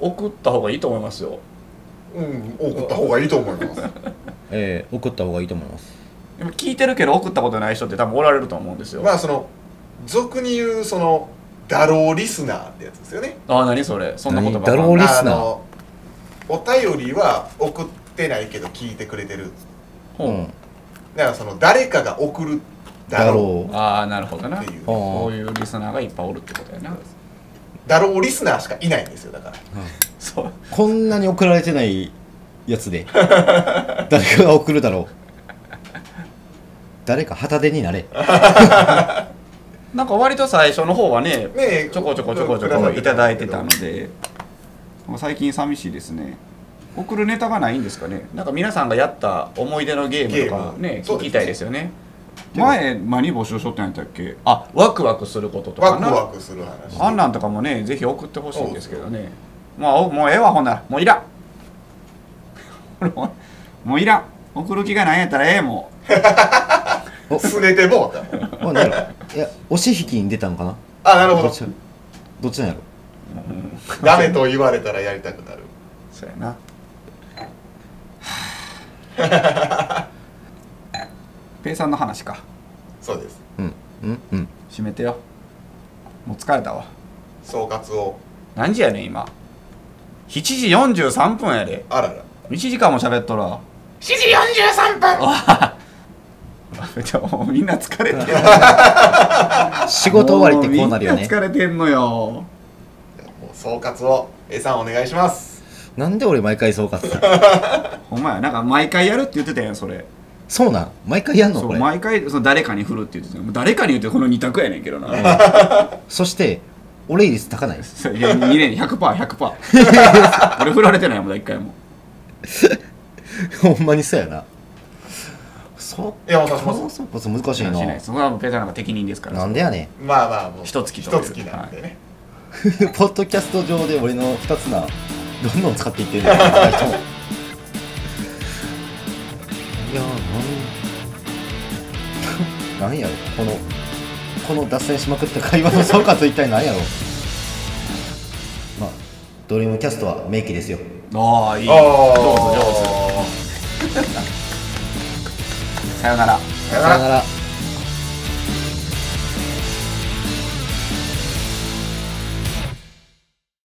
Speaker 2: お送った方がいいと思いますよ
Speaker 1: うん送った方がいいと思います
Speaker 3: ええ送った方がいいと思います
Speaker 2: でも聞いてるけど送ったことない人って多分おられると思うんですよ、
Speaker 1: まあその俗に言うそのダローリスナーってやつですよね
Speaker 2: ああ何それそんな言葉
Speaker 3: 何だろうリスナー
Speaker 1: あのお便りは送ってないけど聞いてくれてる
Speaker 2: ほう
Speaker 1: だからその誰かが送るだ
Speaker 3: だ
Speaker 1: ろ
Speaker 3: ろう
Speaker 2: ああなるほど
Speaker 1: う
Speaker 2: な
Speaker 1: っていう
Speaker 3: あー
Speaker 2: そういうリスナーがいっぱいおるってことやな
Speaker 1: ダローリスナーしかいないんですよだから
Speaker 2: そう
Speaker 3: こんなに送られてないやつで誰かが送るだろう誰か旗手になれ
Speaker 2: なんか割と最初の方はね
Speaker 1: ねえ
Speaker 2: ちょこちょこちょこちょこいただいてたので最近寂しいですね送るネタがないんですかねなんか皆さんがやった思い出のゲームとか
Speaker 1: ゲー
Speaker 2: ね
Speaker 1: ムそう
Speaker 2: 聞
Speaker 1: です
Speaker 2: きたいですよね前何募集しとってないんだっけあワクワクすることと
Speaker 1: ワ
Speaker 2: か
Speaker 1: ク
Speaker 2: な
Speaker 1: ワクする話
Speaker 2: あんなんとかもねぜひ送ってほしいんですけどねまあおもうええわほんならもういらん もういらん送る気がないんやったらええもう
Speaker 3: お
Speaker 1: すねてもうた
Speaker 3: あなんやろいや押し引きに出たのかな
Speaker 1: あなるほ
Speaker 3: っ
Speaker 1: ど
Speaker 3: ちどっちなんやろ
Speaker 1: ダメと言われたらやりたくなる
Speaker 2: そうやな ペイさんの話か
Speaker 1: そうです
Speaker 3: うんうんうん
Speaker 2: 閉めてよもう疲れたわ
Speaker 1: 総括を
Speaker 2: 何時やねん今7時43分やで
Speaker 1: あらら
Speaker 2: 1時間も喋っとるわ
Speaker 1: 7時43分
Speaker 2: ちょみんな疲れてる
Speaker 3: 仕事終わりってこうなるよ
Speaker 2: も
Speaker 3: ね
Speaker 2: みんな疲れてんのよ
Speaker 1: もう総括を A さんお願いします
Speaker 3: なんで俺毎回そうかってた
Speaker 2: ほんまやなんか毎回やるって言ってたやんそれ
Speaker 3: そうなん毎回やんの
Speaker 2: そ
Speaker 3: こ
Speaker 2: う
Speaker 3: れ
Speaker 2: 毎回その誰かに振るって言ってたよもう誰かに言ってこの2択やねんけどない
Speaker 3: そして俺率高ない
Speaker 2: や2年 100%100% 俺振られてないもんだ1回も
Speaker 3: ほんまにそうやな。そっ
Speaker 1: いやもうそうします
Speaker 3: そうこそ難しい
Speaker 2: しないで
Speaker 3: な。
Speaker 2: すそこはもうペーターなんか適任ですから
Speaker 3: なんでやね
Speaker 1: まあまあもう
Speaker 2: 一月という
Speaker 1: 一月なんでね
Speaker 3: ん。 ポッドキャスト上で俺の二つな、どんどん使っていってるんだよ。 二人ともいやー、なん、なん やろ、この、この脱線しまくった会話の総括一体なんやろ。まあ、ドリームキャストは名機ですよ。
Speaker 2: ああいい
Speaker 1: あ
Speaker 2: 上手上
Speaker 1: ー
Speaker 2: 手さよなら
Speaker 1: さよ
Speaker 3: さ
Speaker 1: な
Speaker 3: よ
Speaker 1: ら
Speaker 3: なら。